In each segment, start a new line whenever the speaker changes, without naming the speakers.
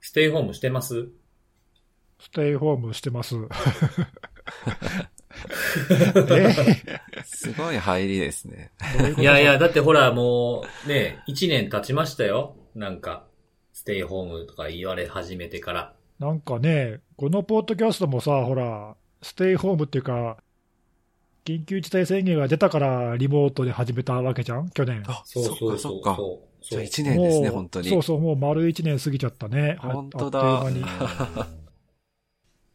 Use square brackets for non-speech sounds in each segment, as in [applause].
ステイホームしてます
ステイホームして
[laughs]
ます。
すごい入りですね。
いやい [laughs] や、だってほらもう、ね、1年経ちましたよ。なんか、ステイホームとか言われ始めてから。
なんかね、このポッドキャストもさ、ほら、ステイホームっていうか、緊急事態宣言が出たからリモートで始めたわけじゃん、去年。
あ、
そうそう
そ
そうう。
か。
そう
じ
そ
ゃあ
う
1年ですね、
もう
本当に。
そうそう、もう丸1年過ぎちゃったね。あ
本当だ
あっという間に。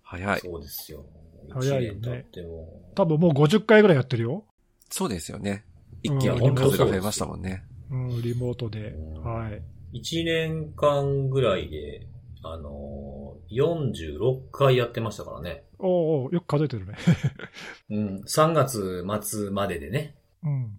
早い。
そうですよ。
早いよね
1年経っても。
多分もう50回ぐらいやってるよ。
そうですよね。一気
う
に
ん
数が増えましたもんね。
うん、リモートで。
うん
はい。
1年間ぐらいで、あのー、46回やってましたからね。
おうおうよく数えてるね。
うん。3月末まででね。
うん。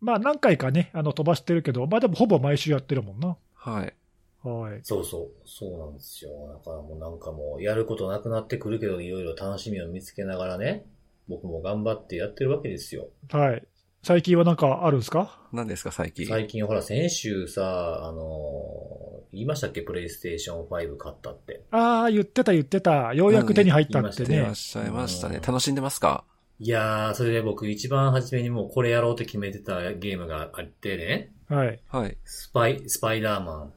まあ何回かね、あの飛ばしてるけど、まあでもほぼ毎週やってるもんな。
はい。
はい。
そうそう。そうなんですよ。だからもうなんかもう、やることなくなってくるけど、いろいろ楽しみを見つけながらね、僕も頑張ってやってるわけですよ。
はい。最近はなんかあるんですか
何ですか、最近。
最近ほら、先週さ、あのー言いましたっけプレイステーション5買ったって。
ああ、言ってた言ってた。ようやく手に入ったって
出
ね
ま。しゃいましたね。
うん
楽しんでますか
いやー、それで僕一番初めにもうこれやろうって決めてたゲームがあってね、
はい。
はい。
スパイ、スパイダーマン。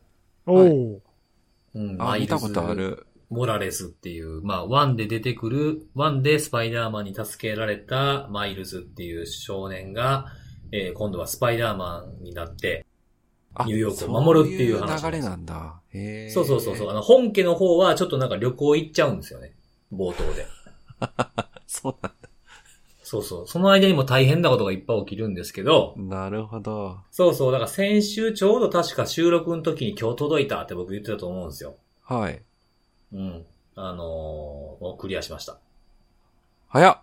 おお、
うん、
あ、見たことあ。る。
モラレスっていう、まあ、ワンで出てくる、ワンでスパイダーマンに助けられたマイルズっていう少年が、えー今度はスパイダーマンになって、
あ
ニューヨークを守るっていう話
そういう流れなんだ。へえ。
そうそうそうそう、あの、本家の方はちょっとなんか旅行行っちゃうんですよね。冒頭で。
そうなん
そうそう。その間にも大変なことがいっぱい起きるんですけど、
だ。なるほど。
そうそう。だから先週ちょうど確か収録の時に今日届いたって僕言ってたと思うんですよ。
はい。
うん。あのーもうクリアしました。
早っ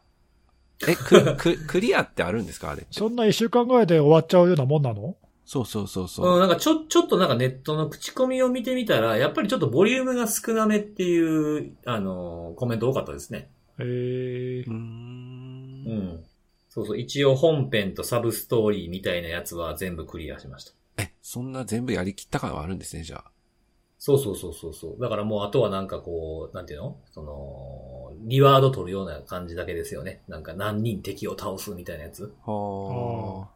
え、く、 [laughs] く、クリアってあるんですかあれ。
そんな一週間ぐらいで終わっちゃうようなもんなの
そうそうそうそう。
うん、なんかちょ、ちょっとなんかネットの口コミを見てみたら、やっぱりちょっとボリュームが少なめっていう、あのーコメント多かったですね。
ええ
うー。
うんん。そうそう、一応本編とサブストーリーみたいなやつは全部クリアしました。
え、そんな全部やりきった感はあるんですね、じゃあ。
そうそうそうそうそう。だからもうあとはなんかこう、なんていうのその、リワード取るような感じだけですよね。なんか何人敵を倒すみたいなやつ。
は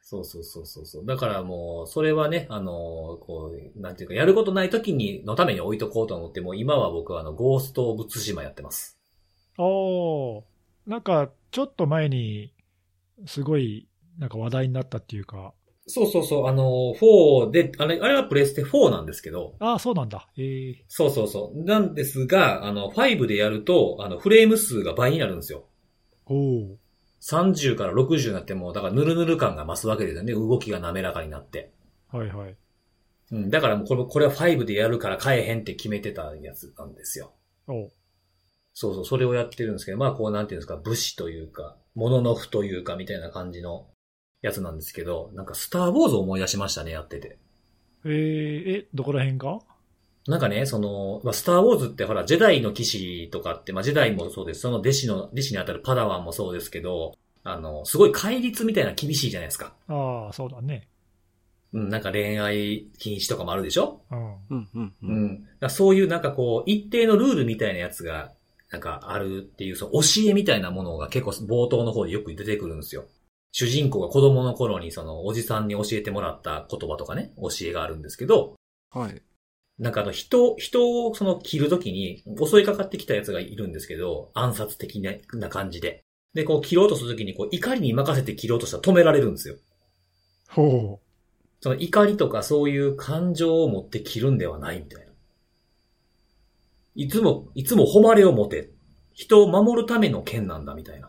そうそうそうそうそう。だからもう、それはね、あの、こう、なんていうか、やることない時に、のために置いとこうと思って、もう今は僕はあの、ゴースト・オブ・ツシマやってます。
ー。おーなんか、ちょっと前に、すごい、なんか話題になったっていうか。
そうそうそう、あの、4で、あれ、あれはプレステ4なんですけど、
ああ、そうなんだ。ええ
そうそうそう。なんですが、あの、5でやると、あの、フレーム数が倍になるんですよ。
おお
30から60になっても、だからヌルヌル感が増すわけですよね。動きが滑らかになって。
はいはい。
うん、だからもうこれ、これは5でやるから変えへんって決めてたやつなんですよ。
おう
そうそう、それをやってるんですけど、まあこうなんていうんですか、武士というか、モノノフというかみたいな感じのやつなんですけど、なんかスターウォーズを思い出しましたね、やってて。
えー、え、どこら辺が
なんかね、その、まあ、スターウォーズってほら、ジェダイの騎士とかって、まあ、ジェダイもそうです。その弟子の、弟子にあたるパダワンもそうですけど、あの、すごい戒律みたいな厳しいじゃないですか。
ああ、そうだね。
うん、なんか恋愛禁止とかもあるでしょ
うん。
ーうんうんう。
うんん。だからそういうなんかこう、一定のルールみたいなやつが、なんかあるっていう、その教えみたいなものが結構冒頭の方でよく出てくるんですよ。主人公が子供の頃にそのおじさんに教えてもらった言葉とかね、教えがあるんですけど、
はい。
なんかあの人、人をその切るときに襲いかかってきたやつがいるんですけど、暗殺的なな感じで。で、こう切ろうとするときにこう怒りに任せて切ろうとしたら止められるんですよ。
ほ
その怒りとかそういう感情を持って切るんではないみたいな。いつも、いつも誉れを持て。人を守るための剣なんだみたいな。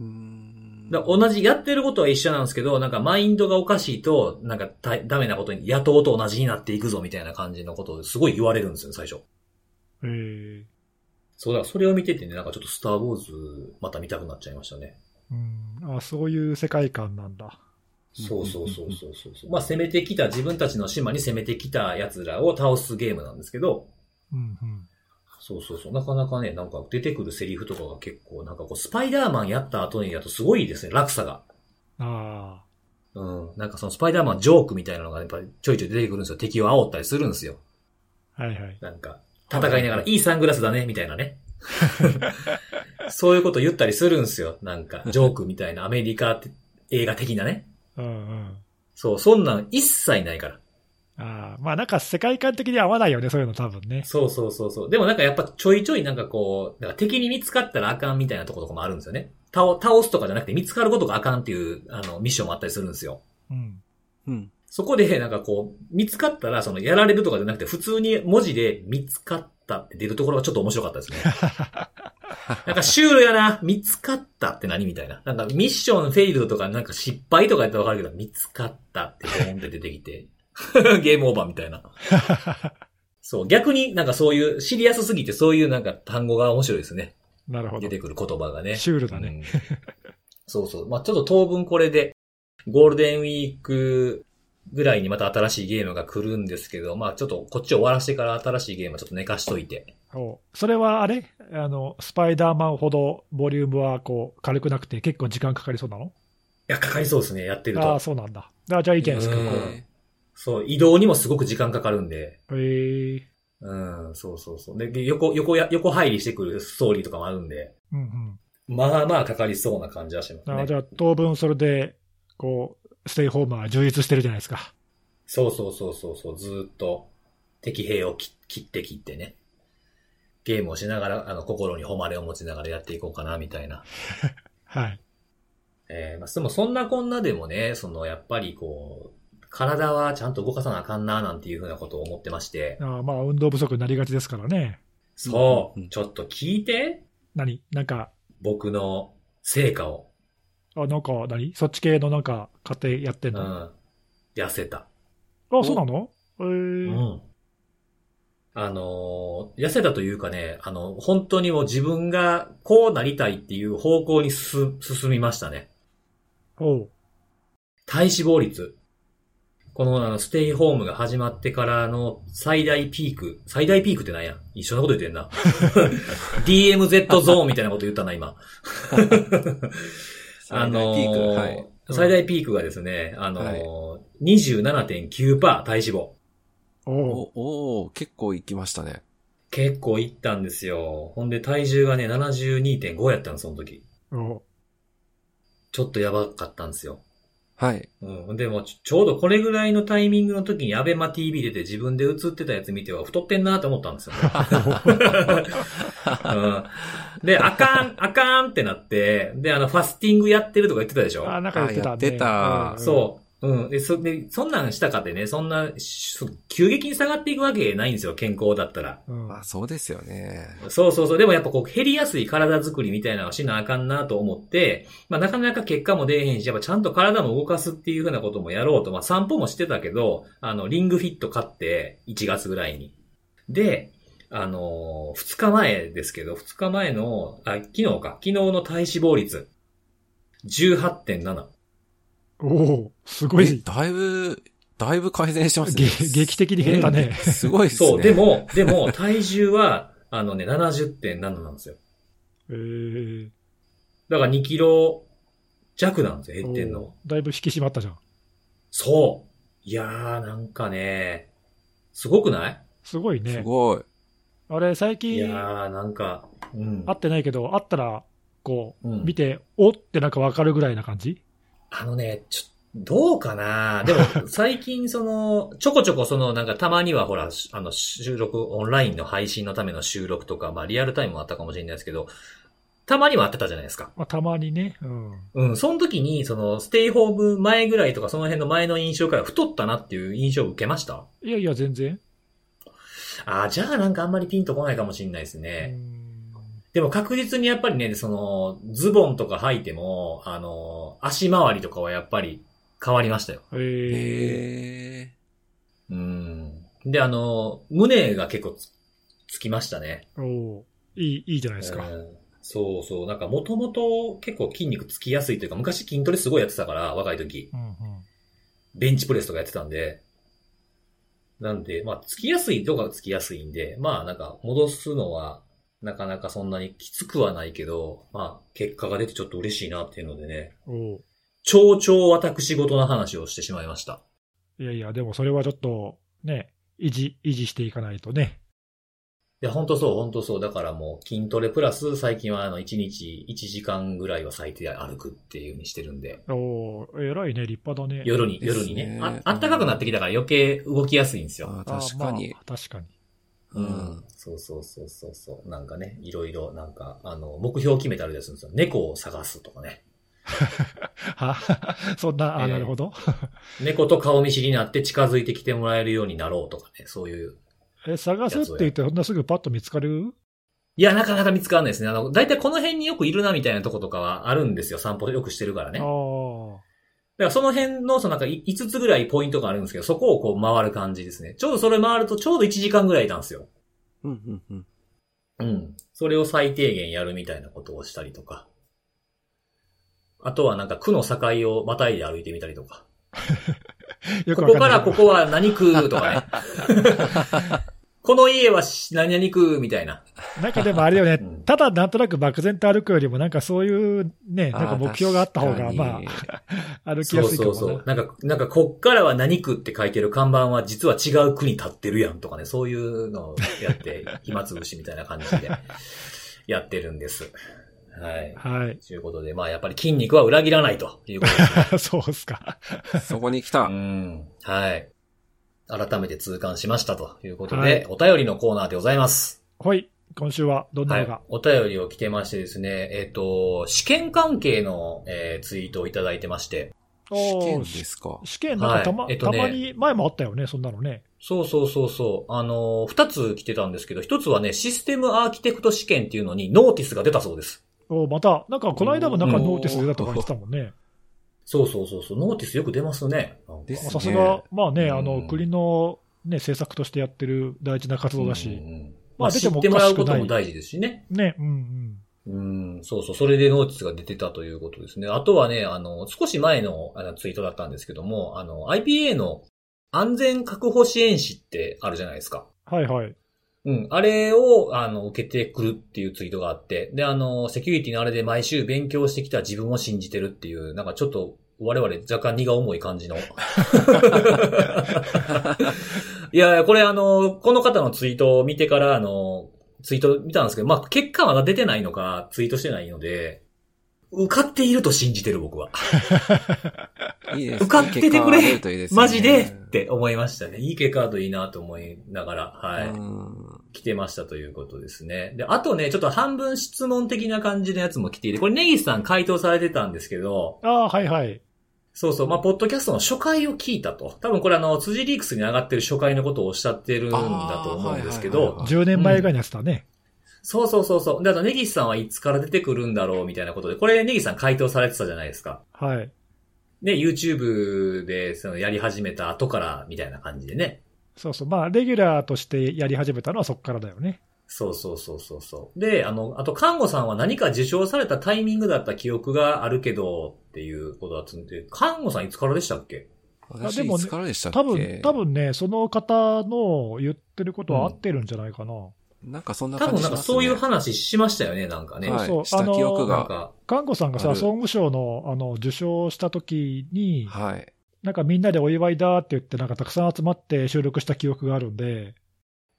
うーん。
だ同じ、やってることは一緒なんですけど、なんかマインドがおかしいと、なんかたダメなことに野党と同じになっていくぞみたいな感じのことをすごい言われるんですよ、最初。
う。ええ
そうだ、からそれを見ててね、なんかちょっとスターウォーズまた見たくなっちゃいましたね。
うん。あそういう世界観なんだ。
そうそうそうそうそうそう。まあ攻めてきた、自分たちの島に攻めてきた奴らを倒すゲームなんですけど、
うんうん。
そうそうそう。なかなかね、なんか出てくるセリフとかが結構、なんかこう、スパイダーマンやった後にだとすごいですね、落差が。
あ
うん。なんかそのスパイダーマンジョークみたいなのがやっぱりちょいちょい出てくるんですよ。敵を煽ったりするんですよ。
あ。はいはい。
なんか、戦いながら、いいサングラスだね、みたいな [laughs] ね。そういうこと言ったりするんすよ。なんか、ジョークみたいな、アメリカ映画的なね。
うんうん。
そう、そんなん一切ないから。
ああ、まあなんか世界観的に合わないよね、そういうの多分ね。
そうそうそうそう。でもなんかやっぱちょいちょいなんかこう、なんか敵に見つかったらあかんみたいなとことかもあるんですよね。倒、倒すとかじゃなくて見つかることがあかんっていう、あの、ミッションもあったりするんですよ。
うん。
うん。
そこで、なんかこう、見つかったら、その、やられるとかじゃなくて、普通に文字で、見つかったって出るところがちょっと面白かった
[laughs]
ですね。なんかシュールやな、見つかったって何みたいな。なんかミッションフェイルドとか、なんか失敗とかやったらわかるけど、見つかったって思って出てきて、 [laughs] ゲームオーバーみたいな。そう、逆になんかそういう、シリアスすぎてそういうなんか単語が面白いですね。
なるほど
出。てくる言葉がね。
シュールだね。
うん [laughs] そうそう。まあちょっと当分これで、ゴールデンウィークぐらいにまた新しいゲームが来るんですけど、まあちょっとこっちを終わらしてから新しいゲームはちょっと寝かしといて。
おそれはあれあの、スパイダーマンほどボリュームはこう軽くなくて結構時間かかりそうなの
いや、かかりそうですね、やってる
ああ、
と。
そうなんだ。あじゃあいいじゃないですか。
うん
こ
そう、移動にもすごく時間かかるんで。
うへえ
うん、そうそうそう。で、で横、横や、横入りしてくるストーリーとかもあるんで、
うん
まあまあかかりそうな感じはします
うん。あ
ね。
じゃあ当分それで、こう、ステイホームは充実してるじゃないですか。
そうそうそうそうそう、ずーっと敵兵をき切って切ってね。ゲームをしながら、あの、心に誉れを持ちながらやっていこうかな、みたいな。
はい。
えーまあ、でもそんなこんなでもね、その、やっぱりこう、体はちゃんと動かさなあかんな、なんていうふうなことを思ってまして。
ああまあ運動不足になりがちですからね。
そう、
うん
ちょっと聞いて、
何なんか、
僕の成果を。
あなんか何そっち系のなんか家庭やってん
う
の、あ
ん。痩せた。
そうなのへえ
う。ん。あのー痩せたというかね、あの、本当にもう自分がこうなりたいっていう方向にす、進みましたね。
おう。
体脂肪率。このあのステイホームが始まってからの最大ピーク。最大ピークってなんや一緒のこと言って
[laughs]
んな。DMZ ゾーンみたいなこと言ったな、今。あのー
ピーク、はい。
最大ピークがですね、あのー27.9%体脂肪。
おう。
おおー結構行きましたね。
結構いったんですよ。ほんで体重がね、72.5やったの、その時。
おう。
ちょっとやばかったんですよ。
はい。
うん。でもち、ちょうどこれぐらいのタイミングの時にアベマ TV 出て自分で映ってたやつ見ては太ってんなと思ったんですよ、ねうん。で、あかん、あかんってなって、で、あの、ファスティングやってるとか言ってたでしょ
あ、なんか言ってた、ね。
あやってた
んん
そう。うん。で、そ、で、そんなんしたかってね、そんな、しそ急激に下がっていくわけないんですよ、健康だったら。
うん。
まあそうですよね。
そうそうそう。でもやっぱこう、減りやすい体作りみたいなのはしなあかんなと思って、まあなかなか結果も出えへんし、やっぱちゃんと体も動かすっていうふうなこともやろうと、まあ散歩もしてたけど、あの、リングフィット買って、1月ぐらいに。で、あのー、2日前ですけど、2日前の、あ、昨日か、昨日の体脂肪率、18.7。
おおすごい。
え、だいぶ、だいぶ改善してますね。
劇劇的に減ったね。
すごいですね。
そう、で、も、でも、 [laughs] 体重は、あのね、70.7なんですよ。
えー、
だから2キロ弱なんですよ、減ってんのは。
おうだいぶ引き締まったじゃん。
そう。いやー、なんかね、すごくない
すごい
す
ね。
ごい。
あれ、最
いや
近会
ー、なんか、うん。
ってないけど、会ったら、こ
う
う、
ん
見て、おってなんかわかるぐらいな感じ
あのね、ちょ、どうかなで
[laughs]
も、最近、その、ちょこちょこ、その、なんか、たまには、ほら、しあの、収録、オンラインの配信のための収録とか、まあ、リアルタイムもあったかもしれないですけど、たまにはあってたじゃないですか。
まあ、たまにね。うん。
うん、その時に、その、ステイホーム前ぐらいとか、その辺の前の印象から太ったなっていう印象を受けました
いやいや、全然。
ああ、じゃあなんかあんまりピンとこないかもしれないですね。
うん
でも確実にやっぱりね、その、ズボンとか履いても、あの、足回りとかはやっぱり変わりましたよ。
えー、
へえ。
うん。で、あの、胸が結構つつきましたね。
おういい、いいじゃないですか。
うんそうそう。なんかもともと結構筋肉つきやすいというか、昔筋トレすごいやってたから、若い時。
うんうん。
ベンチプレスとかやってたんで。なんで、まあ、つきやすいとかつきやすいんで、まあ、なんか、戻すのは、なかなかそんなにきつくはないけど、まあ、結果が出てちょっと嬉しいなっていうのでね。
おう
超々私事な話をしてしまいました。
いやいや、でもそれはちょっと、ね、維持、維持していかないとね。
いや、本当そう、本当そう。だからもう筋トレプラス最近はあの1日1時間ぐらいは最低歩くっていう風にしてるんで。
おー、偉いね、立派だね。
夜に、
ですね
夜にね。あ、あったかくなってきたから余計動きやすいんですよ。
あー確かに
あー。まあ確かに。
う
うん
ん。
そうそうそうそうそう。なんかね、いろいろ、なんか、あの、目標を決めたりするんですよ。猫を探すとかね。
は [laughs] そんな、あー、
ええ
なるほど。
猫と顔見知りになって近づいてきてもらえるようになろうとかね、そういう。
え、探すって言って、そんなすぐパッと見つかる
いや、なかなか見つからないですね。あの、だいたいこの辺によくいるなみたいなとことかはあるんですよ。散歩よくしてるからね。
あ
だ
あ
か
ー。
らその辺の、そのなんかい5つぐらいポイントがあるんですけど、そこをこう回る感じですね。ちょうどそれ回るとちょうど1時間ぐらいいたんですよ。
うん、うん、うん。
うん。それを最低限やるみたいなことをしたりとか。あとはなんか区の境をまたいで歩いてみたりとか。
よ
こ
くわ
こ
か
か
んな
ら
いけ
こ
ど。
こは何区とかね。 [laughs] この家はし何々区みたいな。
なんかでもあれだよ
う
ね
ん、
ただなんとなく漠然と歩くよりも、なんかそういうね、なんか目標があった方が、まあ、歩き
そ
や
う
すいか
そ
も
うそ
ね
う。。なんか、なんか、こっからは何区って書いてる看板は実は違う区に立ってるやんとかね、そういうのをやって、暇つぶしみたいな感じで [laughs] やってるんです。はい。
はい。 [laughs]
ということで、まあやっぱり筋肉は裏切らないということですね。
そうっすか。
あ。そこに来た
う。ん。はい。改めて痛感しましたということで、
はい
お便りのコーナーでございます。
ほい、今週はどんな
は
の
い
が。。
お便りを来てましてですね、えっ、と、試験関係の、えーツイートをいただいてまして。
試験
おー
ですか。
試験なんかたま、
はいえっとね
たまに、前もあったよね、そんなのね。
そうそうそうそう。あのー二つ来てたんですけど、一つはね、システムアーキテクト試験っていうのにノーティスが出たそうです。
おーまた、なんかこの間もなんか
うん
ノーティス出たとか言ってたもんね。
そうそうそうそう。ノーティスよく出ますね。なんか
です
まあさ
ね
すが、まあね、
うん
あの、国のね、政策としてやってる大事な活動だし
ん。んま
まあ
あ、
出
知
て
っ
もおか
て
しく
も
ない
らうことも大事ですしね。
ね、うんうん。
うん、そうそう、それでノーティスが出てたということですね。あとはね、あの、少し前のあのツイートだったんですけども、あの、IPA の安全確保支援士ってあるじゃないですか。
はいはい。
うん。あれを、あの、受けてくるっていうツイートがあって、で、あの、セキュリティのあれで毎週勉強してきた自分を信じてるっていう、なんかちょっと、我々若干荷が重い感じの。 [laughs] いや、これあの、この方のツイートを見てから、あの、ツイート見たんですけど、まあ、結果は出てないのか、ツイートしてないので、受かっていると信じてる僕は。
いいですね
受かっててくれ
結果が出るといいすね
マジでって思いましたね。いい結果だといいなと思いながら、はい。
うん
来てましたということですね。で、あとね、ちょっと半分質問的な感じのやつも来ていて、これネギスさん回答されてたんですけど、
ああ、はいはい。
そうそう、まあ、ポッドキャストの初回を聞いたと。多分これあの、辻リークスに上がってる初回のことをおっしゃってるんだと思うんですけ
あーはいは
ど
いはいはい、
10年前ぐらいのやつだね。
そうそうそうそう。で、あとネギスさんはいつから出てくるんだろうみたいなことで、これネギスさん回答されてたじゃないですか。
はい。
ね、YouTube でそのやり始めた後からみたいな感じでね。
そうそう。まあ、レギュラーとしてやり始めたのはそこからだよね。
そうそうそうそうそう。で、あの、あと、看護さんは何か受賞されたタイミングだった記憶があるけど、っていうことだったんで、看護さんいつからでしたっけ
私、
でも
い
ね
つからでしたっけ
多分、多分ね、その方の言ってることは合ってるんじゃないかな。
なんかそんな
多
感
分
じ
な
し
ん
ま
か
すね
そういう話しましたよね、なんかね。
はい
そう
し
あ
た
の
記憶
なん
が。
か、
看護さんがさ、
ある
総務省のあの受賞した時に、
はい。
なんかみんなでお祝いだって言って、なんかたくさん集まって収録した記憶があるんで、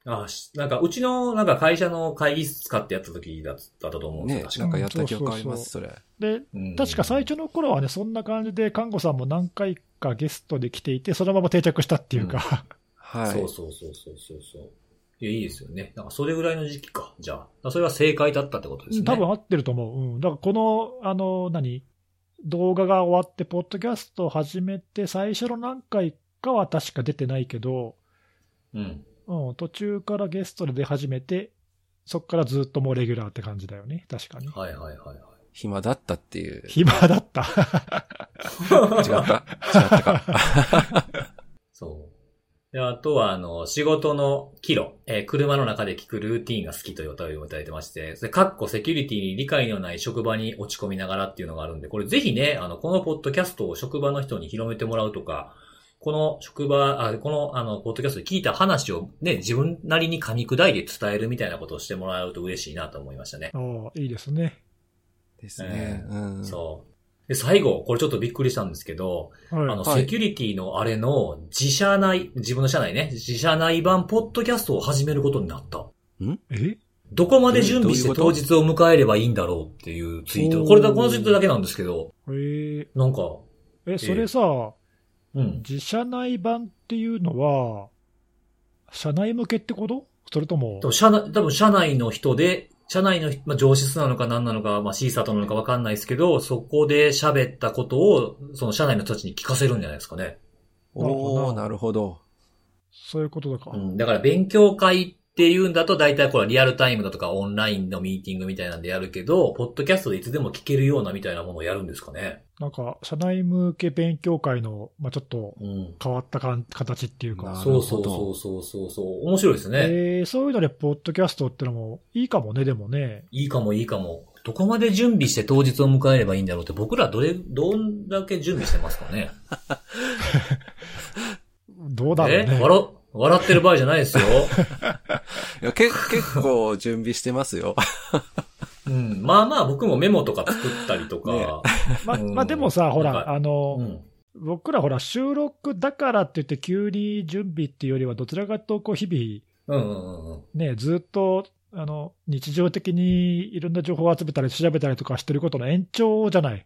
あ、しなんか、うちの、なんか会社の会議室使ってやった時だったと思うん
ね
で、す
な
よ、確
んか
か
やった記憶あります、それ。
で、
うん
確か最初の頃はね、そんな感じで、看護さんも何回かゲストで来ていて、そのまま定着したっていうか、
は
そう
い。
そうそうそうそうそう。いや、いいですよね。なんか、それぐらいの時期か、じゃあ。だからそれは正解だったってことですね。
多分合ってると思う。うん、だからこの、あの、何動画が終わって、ポッドキャストを始めて、最初の何回かは確か出てないけど、
うん。
うん、途中からゲストで出始めて、そこからずっともうレギュラーって感じだよね、確かに。
はいはいはいはい。
暇だったっていう。違
暇だった。
った違ったか。
そう。で、あとは、あの、仕事のキロ、えー車の中で聞くルーティンが好きというお便りをいただいてまして、それ、かっこセキュリティに理解のない職場に落ち込みながらっていうのがあるんで、これぜひね、あの、このポッドキャストを職場の人に広めてもらうとか、この職場、あこの、あの、ポッドキャストで聞いた話をね、自分なりに噛み砕いて伝えるみたいなことをしてもらうと嬉しいなと思いましたね。
おーいいですね。
ですね。うん。
そう。で、最後、これちょっとびっくりしたんですけど、あの、
はい。
はい
セキュリティのあれの自社内、自分の社内ね、自社内版ポッドキャストを始めることになった。
え
どこまで準備して
どう
当
いう
日を迎えればいいんだろうっていうツイー
お
ト。
ー
これだ、このツイートだけなんですけど、
えー
なんか、
え、それさ、
うん。
自社内版っていうのは、社内向けってことそれとも
多、分社内、多分社内の人で、社内の、まあ、上司室なのか何なのか、まあ、シーサートなのかわかんないですけど、そこで喋ったことを、その社内の人たちに聞かせるんじゃないですかね。
おー、なるほど。
そういうことだか。
うん。だから勉強会っていうんだと、大体これはリアルタイムだとかオンラインのミーティングみたいなんでやるけど、ポッドキャストでいつでも聞けるようなみたいなものをやるんですかね。
なんか、社内向け勉強会の、まあ、ちょっと
うん。
変わったかん形っていうか
な。るほ
そ
ど
うそうそうそうそうそう。面白いですね。
えーそういうので、ポッドキャストってのもいいかもね、でもね。
いいかもいいかも。どこまで準備して当日を迎えればいいんだろうって、僕らどれ、どんだけ準備してますかね。
どうだろう
え
ね。
笑、笑ってる場合じゃないですよ。 [laughs]
いや、け、 [laughs] 結構準備してますよ。
うん。まあまあ僕もメモとか作ったりとか。
まあ、
うん
まあ、でもさ、ほ
なん
ら、
か
あの、
うん。
僕らほら、収録だからって言って、急に準備っていうよりは、どちらかというとこう、日
うんうんうんうん。
々、ね、ずっと、あの、日常的にいろんな情報を集めたり、調べたりとかしてることの延長じゃない。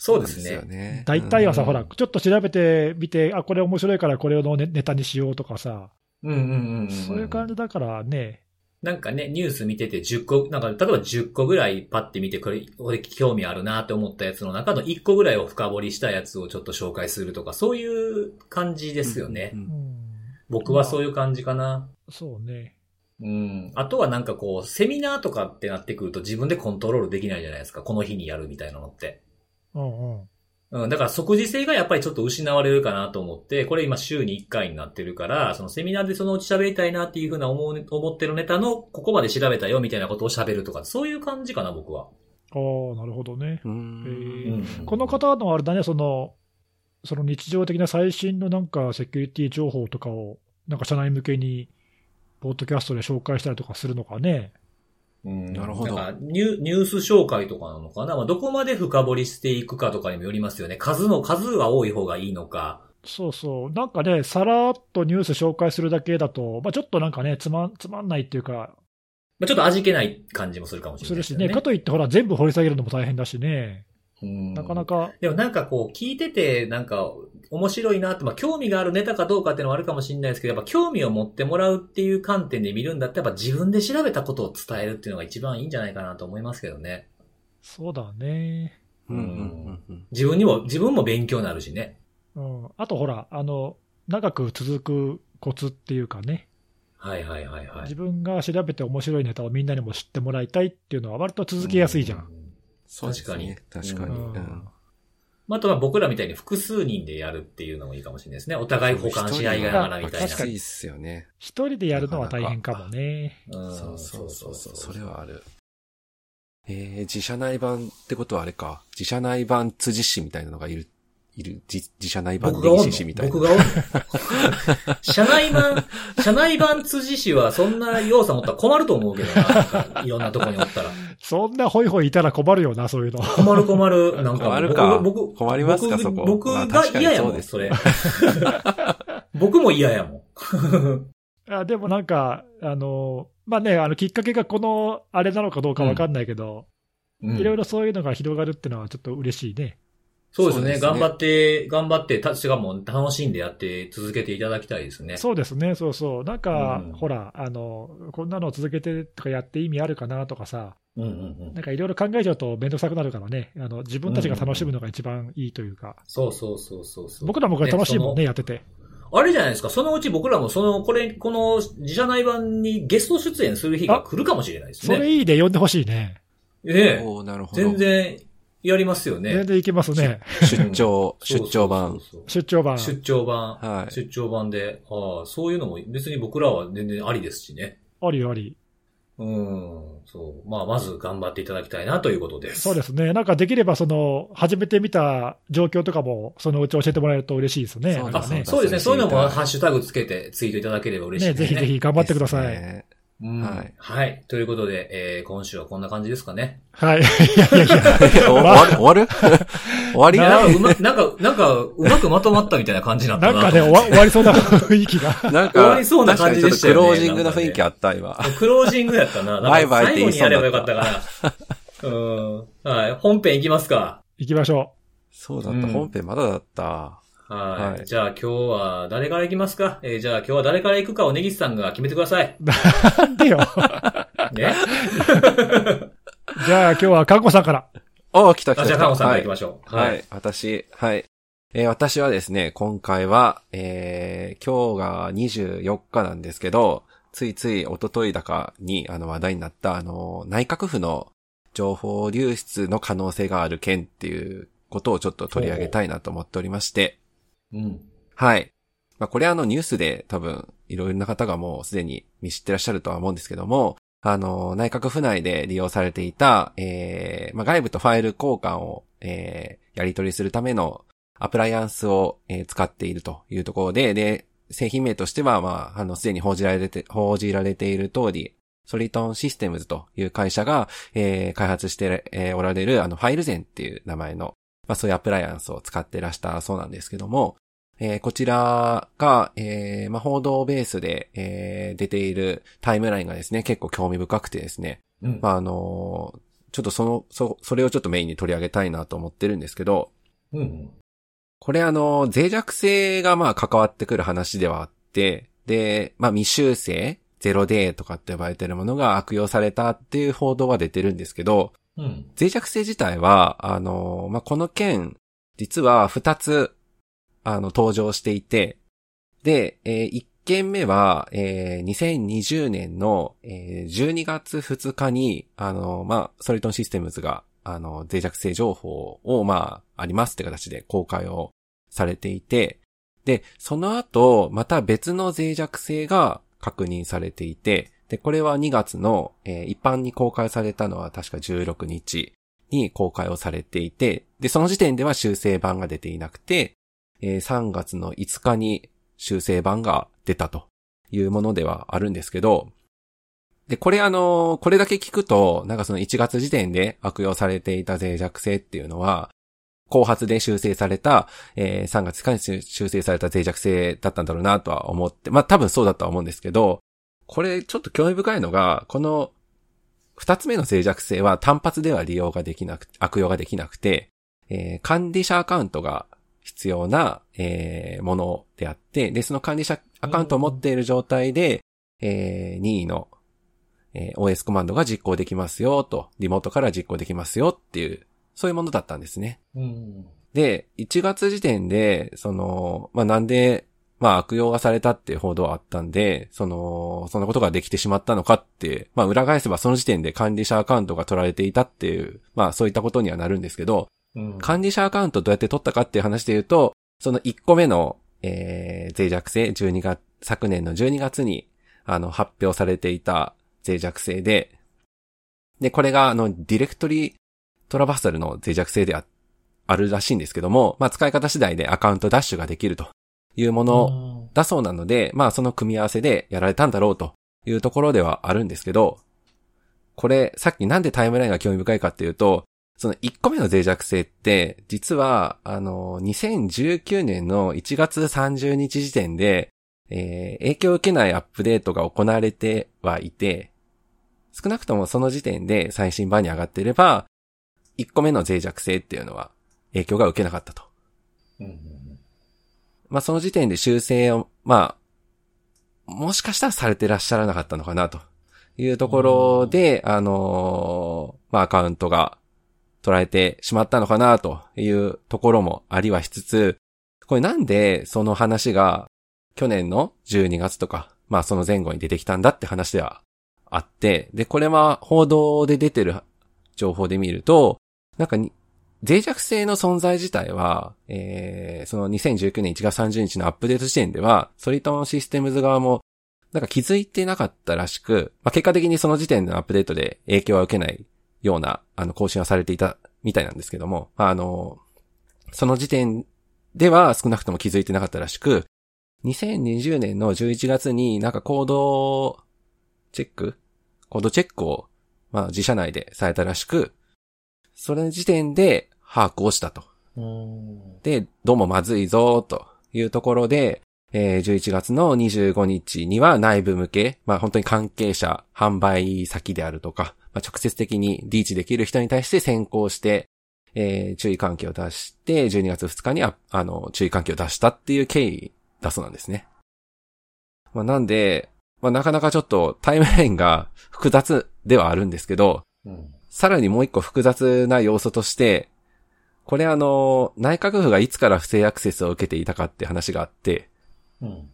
そうです
よ
ね。
ね
[laughs] 大体はさ、
うん
ほら、ちょっと調べてみて、あ、これ面白いからこれをネネタにしようとかさ、
うんうんうんうん。
そういう感じだからね、
なんかね、ニュース見てて10個、なんか例えば10個ぐらいパッて見て、これ、俺興味あるなって思ったやつの中の1個ぐらいを深掘りしたやつをちょっと紹介するとか、そういう感じですよね。
うんうん
うん、
僕はそういう感じかな。
そうね。
うん。あとはなんかこう、セミナーとかってなってくると自分でコントロールできないじゃないですか。この日にやるみたいなのって。
うんうん。
うん。だから即時性がやっぱりちょっと失われるかなと思って、これ今週に1回になってるから、そのセミナーでそのうち喋りたいなっていうふうな思う、思ってるネタの、ここまで調べたよみたいなことを喋るとか、そういう感じかな、僕は。
ああ、なるほどね。
う。
うんん。
この方のあれだね、その、その日常的な最新のなんかセキュリティ情報とかを、なんか社内向けに、ポッドキャストで紹介したりとかするのかね。
うん
なるほど
なんかニュニュース紹介とかなのかな、まあ、どこまで深掘りしていくかとかにもよりますよね。数の、数は多い方がいいのか。
そうそう、なんかね、さらっとニュース紹介するだけだと、まあ、ちょっとなんかね、つまんつまんないっていうか、
まあ、ちょっと味気ない感じもするかもしれ
す
ない
る
です
し
よ
ね、かといって、ほら、全部掘り下げるのも大変だしね、
うん
なかなか、
でもなんかこう聞いててなんか面白いなって、まあ興味があるネタかどうかっていうのはあるかもしれないですけど、やっぱ興味を持ってもらうっていう観点で見るんだったら、やっぱ自分で調べたことを伝えるっていうのが一番いいんじゃないかなと思いますけどね。
そうだね、
うんうんうん
自分にも、自分も勉強になるしね。
うん、あとほら、あの、長く続くコツっていうかね、
はいはいはいはい
自。分が調べて面白いネタをみんなにも知ってもらいたいっていうのは、割と続けやすいじゃん。
そうですね
確
確
か
か
う
に。
に
うん
まああとは僕らみたいに複数人でやるっていうのもいいかもしれないですね。お互い補完し合いがながらみたいな。
きついっすよね。
一人でやるのは大変かもね。
うん
そうそうそうそう。それはある。えー、自社内版ってことはあれか。自社内版辻氏みたいなのがいる、いる、自自社内版
僕がおん
辻氏みた
の
いな。
僕がおんの社内版、社内版辻氏はそんな要素持ったら困ると思うけどななんか。いろんなとこにおったら。
そんなホイホイいたら困るよな、そういうの。
困る困る。なんか
困るか
僕僕
困りますか
僕
そこ
僕
まあ
が
確かに
嫌やも、
そうんです
それ。 [laughs] 僕も嫌やもん。
あでもなんか、あの、まあね、あのきっかけがこのあれなのかどうかわかんないけど、いろ
ろ。
いろそういうのが広がるってのはちょっと嬉しいね。
そうです
そう
ね。
ですね
頑張って、頑張って、たしかも楽しんでやって続けていただきたいですね。
そうですね、そうそう。なんか、
うん
ほら、あの、こんなの続けてとかやって意味あるかなとかさ、
うんうんうん
なんかいろいろ考えちゃうと面倒くさくなるからね、あの自分たちが楽しむのが一番いいというか、
そうそうそうそうそう。
僕らもこれ楽しいもんね、
ね
やってて。
あれじゃないですか、そのうち僕らもその、これ、この自社内版にゲスト出演する日が来るかもしれないです
それ
ね。
いいね、呼んでほしいね。
ええ。
おーなるほど。
全然やりますよ
全
ね。
然いけますね。
出張、
そうそうそ
出
う
張版。。
出張版。
出張版。
はい
出張版で。ああ、そういうのも別に僕らは全然ありですしね。
ありあり。
うん。そう。まあ、まず頑張っていただきたいなということです。。
そうですすね。なんかできれば、その、初めて見た状況とかも、そのうち教えてもらえると嬉しいですね。
そう
なん
だ
か
あ、
ね
そうですね。そういうのも
そうですね
ハッシュタグつけてツイートいただければ嬉しい
ね
です
ぜ
ね。
ひぜひ頑張ってくだ
で
さ
す
い。
ね
うん
はい
はい。ということで、えー、今週はこんな感じですかね。
はい。いやいやいや。
終わる終わる [laughs] 終わり
なん
な
かうま、なんか、なんか、うまくまとまったみたいな感じなんだ
なん
な。
かね、終わ終わりそうな雰囲気が。
なん
終わ
か、
りそうな感じでしたよね
確かにちょっとクロージングな雰囲気あった、今。
クロージングやったな。なんか
バイバイって
最
言
後
い
に
そ
や
う
れ
だ
ばよ
った
かった
[laughs]
から。うん。はい。本編いきますか。
行きましょ
そうだった、
うん
本編まだだった。
はい。
はい
じゃあ今日は誰からいきますかえー、じゃあ今日は誰から行くかをネギスさんが決めてください。
う。なんでよ。
ね。
じゃあ今日はかんこさんから。
おー、来た来
あ
た
じゃ
来
あ
た。
カンコさんか
は
ら
い
行きましょう。
はい、。私、はい。えー私はですね、今回は、えー今日が24日なんですけど、ついつい一昨日だかに、あの話題になった、あの、内閣府の情報流出の可能性がある件っていうことをちょっと取り上げたいなと思っておりまして、
うん。
はい。まあ、これあのニュースで多分いろいろな方がもうすでに見知ってらっしゃるとは思うんですけども、あの、内閣府内で利用されていた、えーまあ、外部とファイル交換を、えーやり取りするためのアプライアンスを、えー使っているというところで、で、製品名としては、まあ、あの、すでに報じられて、報じられている通り、ソリトンシステムズという会社が、えー開発して、えーおられる、あの、ファイルゼンっていう名前の、まあ、そういうアプライアンスを使ってらしたそうなんですけども、えーこちらが、えーまあ、報道ベースで、えー出ているタイムラインがですね、結構興味深くてですね、
うん。
まあ、あのーちょっとその、そ、それをちょっとメインに取り上げたいなと思ってるんですけど、
うん。
これあの、脆弱性がまあ関わってくる話ではあって、で、まあ未修正、ゼロデーとかって呼ばれてるものが悪用されたっていう報道は出てるんですけど、
うん。
脆弱性自体は、あの、まあ、この件、実は2つ、あの、登場していて、で、え1件目は、えー2020年の、えー12月2日に、あの、まあ、ソリトンシステムズが、あの、脆弱性情報を、まあ、ありますって形で公開をされていて、で、その後、また別の脆弱性が確認されていて、で、これは2月の、えー一般に公開されたのは確か16日に公開をされていて、で、その時点では修正版が出ていなくて、えー3月の5日に修正版が出たというものではあるんですけど、で、これあのーこれだけ聞くと、なんかその1月時点で悪用されていた脆弱性っていうのは、後発で修正されたえー3月間に修修正された脆弱性だったんだろうなとは思って、まあ多分そうだとは思うんですけど、これちょっと興味深いのが、この2つ目の脆弱性は単発では利用ができなく、悪用ができなくて、えー管理者アカウントが必要な、えーものであって、で、その管理者アカウントを持っている状態で、えー任意の、えー OS コマンドが実行できますよと、リモートから実行できますよっていう、そういうものだったんですね。
うん。
で、1月時点で、その、まあ、なんで、まあ、悪用がされたっていう報道はあったんで、その、そんなことができてしまったのかって、まあ、裏返せばその時点で管理者アカウントが取られていたっていう、まあ、そういったことにはなるんですけど、
うん。
管理者アカウントどうやって取ったかっていう話で言うと、その1個目の、えー、脆弱性、12月、昨年の12月に、あの、発表されていた脆弱性で、で、これが、あの、ディレクトリトラバーサルの脆弱性であ、あるらしいんですけども、まあ、使い方次第でアカウントダッシュができるというもの
の、
だそうなので、まあその組み合わせでやられたんだろうというところではあるんですけど、これ、さっきなんでタイムラインが興味深いかっていうと、その1個目の脆弱性って、実は、あの、2019年の1月30日時点で、えー影響を受けないアップデートが行われてはいて、少なくともその時点で最新版に上がっていれば、1個目の脆弱性っていうのは影響が受けなかったと。
うん。
まあ、その時点で修正を、まあ、もしかしたらされてらっしゃらなかったのかな、というところで、あのーまあ、アカウントが捉えてしまったのかな、というところもありはしつつ、これなんでその話が去年の12月とか、まあその前後に出てきたんだって話ではあって、で、これは報道で出てる情報で見ると、なんかに脆弱性の存在自体は、えー、その2019年1月30日のアップデート時点では、ソリトンシステムズ側も、なんか気づいてなかったらしく、まあ結果的にその時点のアップデートで影響は受けないような、あの、更新はされていたみたいなんですけども、まああの、その時点では少なくとも気づいてなかったらしく、2020年の11月になんか行動チェックコードチェックを、まあ、自社内でされたらしく、それの時点で把握をしたと。
うん。
で、どうもまずいぞ、というところで、えー11月の25日には内部向け、まあ本当に関係者、販売先であるとか、まあ直接的にリーチできる人に対して先行して、えー注意喚起を出して、12月2日にあ、あの、注意喚起を出したっていう経緯だそうなんですね。まあなんで、まあなかなかちょっとタイムラインが複雑ではあるんですけど、
うん。
さらにもう一個複雑な要素として、これあの、内閣府がいつから不正アクセスを受けていたかって話があって、
うん。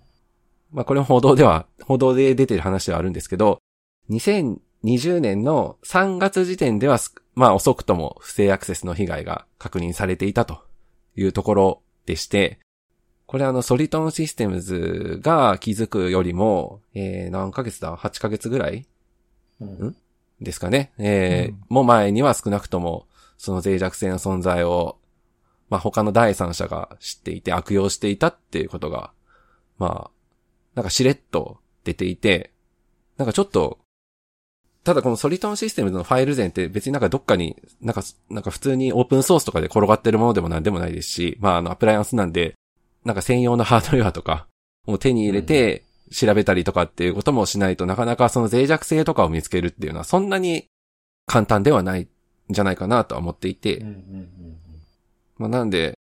まあこれも報道では、報道で出てる話ではあるんですけど、2020年の3月時点ではす、まあ遅くとも不正アクセスの被害が確認されていたというところでして、これあの、ソリトンシステムズが気づくよりも、えー、何ヶ月だ ?8 ヶ月ぐらい
うん。
ですかね。え
う
ー
ん
もう前には少なくとも、その脆弱性の存在を、まあ、他の第三者が知っていて悪用していたっていうことが、まあ、なんかしれっと出ていて、なんかちょっと、ただこのソリトンシステムズのファイル前って別になんかどっかに、なんか、なんか普通にオープンソースとかで転がってるものでもなんでもないですし、まああのアプライアンスなんで、なんか専用のハードウェアとか、もう手に入れて調べたりとかっていうこともしないとなかなかその脆弱性とかを見つけるっていうのはそんなに簡単ではないんじゃないかなとは思っていて、
うん。うん。
まあなんで、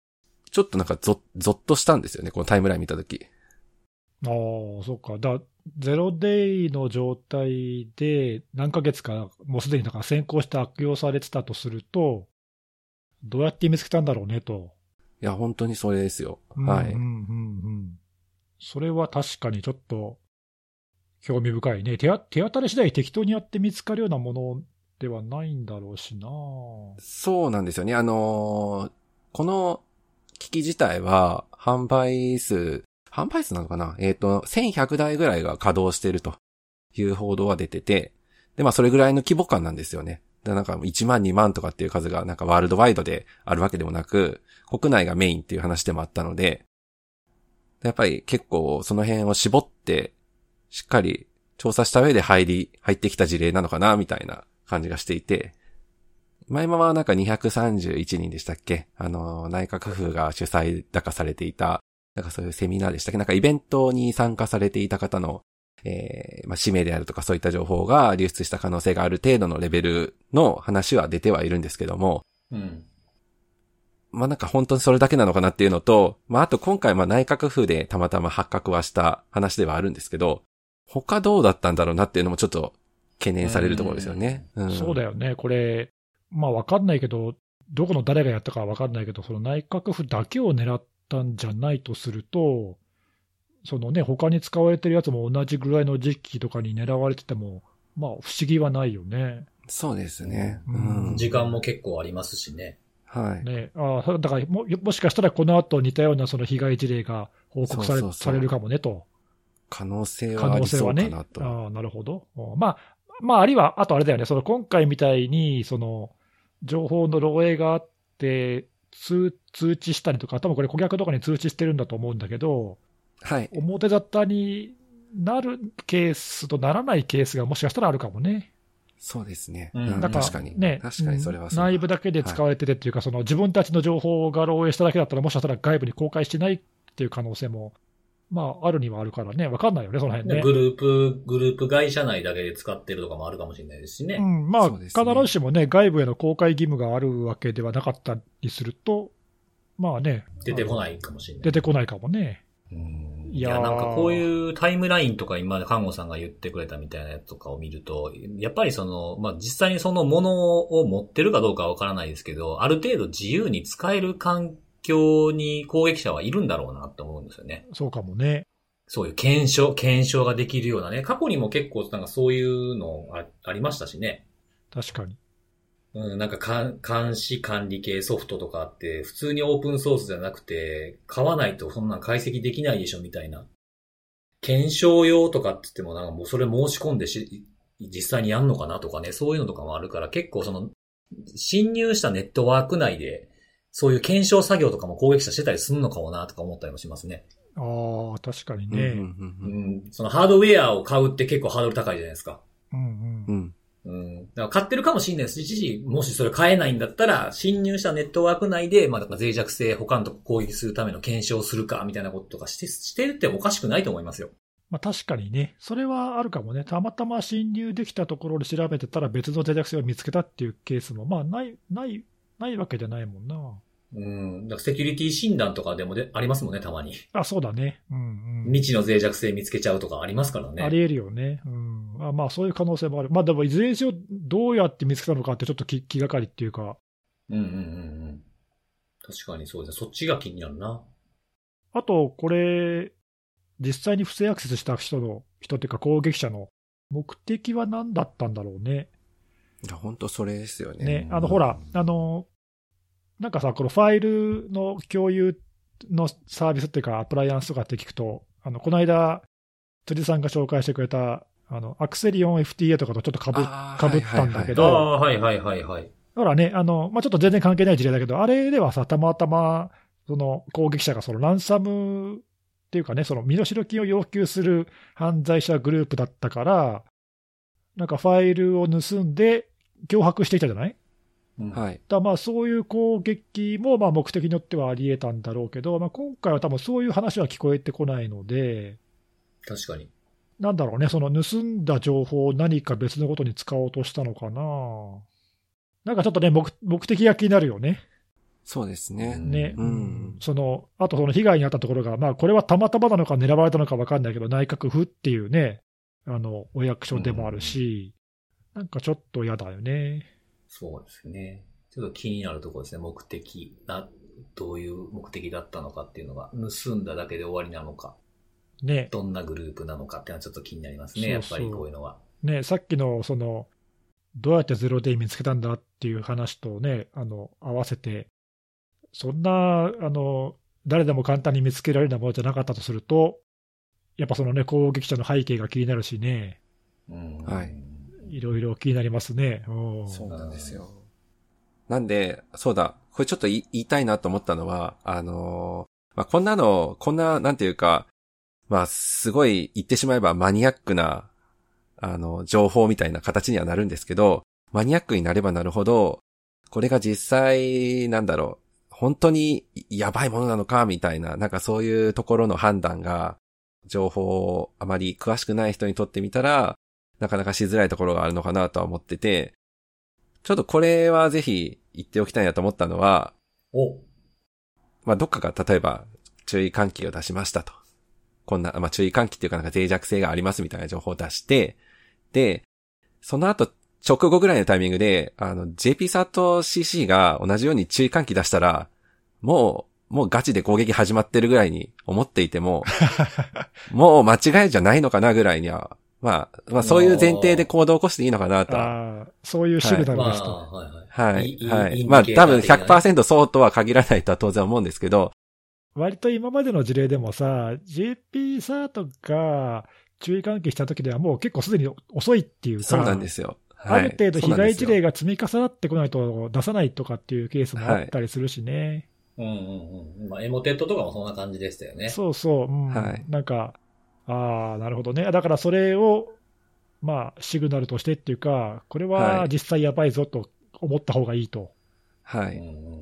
ちょっとなんかゾッ、ゾッとしたんですよね、このタイムライン見たとき。
ああ、そっか。だ、ゼロデイの状態で、何ヶ月か、もうすでになんか先行して悪用されてたとすると、どうやって見つけたんだろうねと。
いや、本当にそれですよ。
うん
は
う
い
ん。うんうん。それは確かにちょっと、興味深いね。手あ手当たり次第適当にやって見つかるようなものではないんだろうしな。
そうなんですよね。あのーこの機器自体は販売数、販売数なのかなえっ、と、1100台ぐらいが稼働してるという報道は出てて、で、まあそれぐらいの規模感なんですよね。でなんか1万2万とかっていう数がなんかワールドワイドであるわけでもなく、国内がメインっていう話でもあったので、やっぱり結構その辺を絞って、しっかり調査した上で入り、入ってきた事例なのかな、みたいな感じがしていて、前まはなんか231人でしたっけあの、内閣府が主催だかされていた、なんかそういうセミナーでしたっけなんかイベントに参加されていた方の、えー、まあ、氏名であるとかそういった情報が流出した可能性がある程度のレベルの話は出てはいるんですけども、
うん。
まあ、なんか本当にそれだけなのかなっていうのと、まあ、あと今回まあ内閣府でたまたま発覚はした話ではあるんですけど、他どうだったんだろうなっていうのもちょっと懸念されるところですよね。うん
そうだよね。これ、まあわかんないけど、どこの誰がやったかはわかんないけど、その内閣府だけを狙ったんじゃないとすると、そのね、他に使われてるやつも同じぐらいの時期とかに狙われてても、まあ不思議はないよね。
そうですね。う
うん
ん。
時間も結構ありますしね。
はい。
ね、ああだからも、もしかしたらこの後似たようなその被害事例が報告され
そうそうそう
されるかもねと、
可能性
可
はあ
能
り
性
そ
は
うか
ね。
なと。
ああなるほど。うんまあ、まあ、あるいは、あとあれだよね、その今回みたいに、その情報の漏洩があって通、通知したりとか、多分これ、顧客とかに通知してるんだと思うんだけど、
はい。
表沙汰になるケースとならないケースがもしかしたらあるかもね。
そうですね。
うん
うん
なんか
確かに。
ね、
確かにそれはそうだ
内部だけで使われててっていうか、その自分たちの情報が漏洩しただけだったら、もしかしたら外部に公開してないっていう可能性も、まあ、あるにはあるからね、わかんないよね、その辺ね
グ。ループ、グループ会社内だけで使ってるとかもあるかもしれないですしね。
うん、まあ、
そうで
必
すね
ずしもね、外部への公開義務があるわけではなかったりすると、まあね、。
出てこないいかもしれない。
出てこないかもね。
うん
い
い
やー
や、なんかこういうタイムラインとか今、看護さんが言ってくれたみたいなやつとかを見ると、やっぱりその、まあ、実際にそのものを持ってるかどうかはわからないですけど、ある程度自由に使える環境に攻撃者はいるんだろうなって思うんですよね。
そうかもね。
そういう検証、検証ができるようなね、過去にも結構なんかそういうのあありましたしね。
確かに。
うん、なんかか監視管理系ソフトとかあって、普通にオープンソースじゃなくて、買わないとそんなん解析できないでしょみたいな。検証用とかって言ってもなんかもうそれ申し込んでし、実際にやんのかなとかね、そういうのとかもあるから、結構その、侵入したネットワーク内で、そういう検証作業とかも攻撃者してたりするのかもなとか思ったりもしますね。
あああ、確かに
うんう
ね。
ん
う
うん
ん、そのハードウェアを買うって結構ハードル高いじゃないですか。
うん
う
うん。
ん
うん。だから買ってるかもしれないです一時、もしそれ買えないんだったら、侵入したネットワーク内で、まあ、だから脆弱性、他のとこ攻撃するための検証をするか、みたいなこととかして、してるっておかしくないと思いますよ。
まあ確かにね、それはあるかもね。たまたま侵入できたところで調べてたら別の脆弱性を見つけたっていうケースも、まあない、ない、ないわけじゃないもんな。
うん。だからセキュリティ診断とかでもでありますもんね、たまに。
あ、そうだね。うんうん。
未知の脆弱性見つけちゃうとかありますからね。
ありえるよね。うん。あまあそういう可能性もある。まあでもいずれにせよどうやって見つけたのかってちょっと気気がかりっていうか。
うんうんうんうん。確かにそうですね。そっちが気になるな。
あと、これ、実際に不正アクセスした人の、人っていうか攻撃者の目的は何だったんだろうね。
いや、本当それですよね。
ね、あの、ほら、あの、なんかさ、このファイルの共有のサービスっていうか、アプライアンスとかって聞くと、あの、この間、辻さんが紹介してくれた、あの、アクセリオン FTA とかとちょっとかぶ
あー
かぶったんだけ
あ
ど
あ、はいはいはいはい。
ほらね、あの、まあ、ちょっと全然関係ない事例だけど、あれではさ、たまたま、その攻撃者がそのランサムっていうかね、その身代金を要求する犯罪者グループだったから、なんかファイルを盗んで脅迫していたじゃない
うん
はいはい。
だからまあそういう攻撃もまあ目的によってはあり得たんだろうけど、まあ、今回は多分そういう話は聞こえてこないので、
確かに。
なんだろうね、その盗んだ情報を何か別のことに使おうとしたのかな。なんかちょっとね、目目的が気になるよね。
そうですね。
ね、
うん
そのあとその被害に遭ったところが、まあ、これはたまたまなのか、狙われたのか分かんないけど、内閣府っていうね、あのお役所でもあるし、なんかちょっと嫌だよね。
そうですね。ちょっと気になるところですね。目的な、どういう目的だったのかっていうのが、盗んだだけで終わりなのか、
ね、
どんなグループなのかっていうのはちょっと気になりますね。
そうそう
やっぱりこういうのは。
ねさっきのその、どうやってゼロデイ見つけたんだっていう話とね、あの合わせて、そんなあの誰でも簡単に見つけられるようなものじゃなかったとすると、やっぱそのね、攻撃者の背景が気になるしね、
うん。
はい
いろいろ気になりますね。うん
そうなんですよ。なんで、そうだ、これちょっとい言いたいなと思ったのは、あのーまあ、こんなの、こんな、なんていうか、まあ、すごい言ってしまえばマニアックな、あの、情報みたいな形にはなるんですけど、マニアックになればなるほど、これが実際、なんだろう、本当にやばいものなのか、みたいな、なんかそういうところの判断が、情報をあまり詳しくない人にとってみたら、なかなかしづらいところがあるのかなとは思ってて、ちょっとこれはぜひ言っておきたいなと思ったのは、
お、
まあ、どっかが例えば注意喚起を出しましたと。こんな、まあ、注意喚起っていうかなんか脆弱性がありますみたいな情報を出して、で、その後直後ぐらいのタイミングで、あの、JPSATCC が同じように注意喚起出したら、もう、もうガチで攻撃始まってるぐらいに思っていても、もう間違いじゃないのかなぐらいには、まあ、まあそういう前提で行動を起こしていいのかなとは
あーそういうシグナル
ま
ですと。
あ、はいはい。
はいい。
い
はい。
いい
まあ
インディケータ
多
ー
分
的なね
100%そうとは限らないとは当然思うんですけど、
割と今までの事例でもさ、JP サートが注意喚起した時では、もう結構すでに遅いっていうか、
そうなんですよ。
あ
はい、
る程度被害事例
が。
が積み重なってこないと出さないとかっていうケースもあったりするしね、
うんうんうん。まあ、エモテットとかもそんな感じでしたよね。
そうそう、うん
はい
なんか、ああ、なるほどね、だからそれを、まあ、シグナルとしてっていうか、これ
は
はい実際やばいぞと思った方がいいと。
は
うん
い。
うんうんうん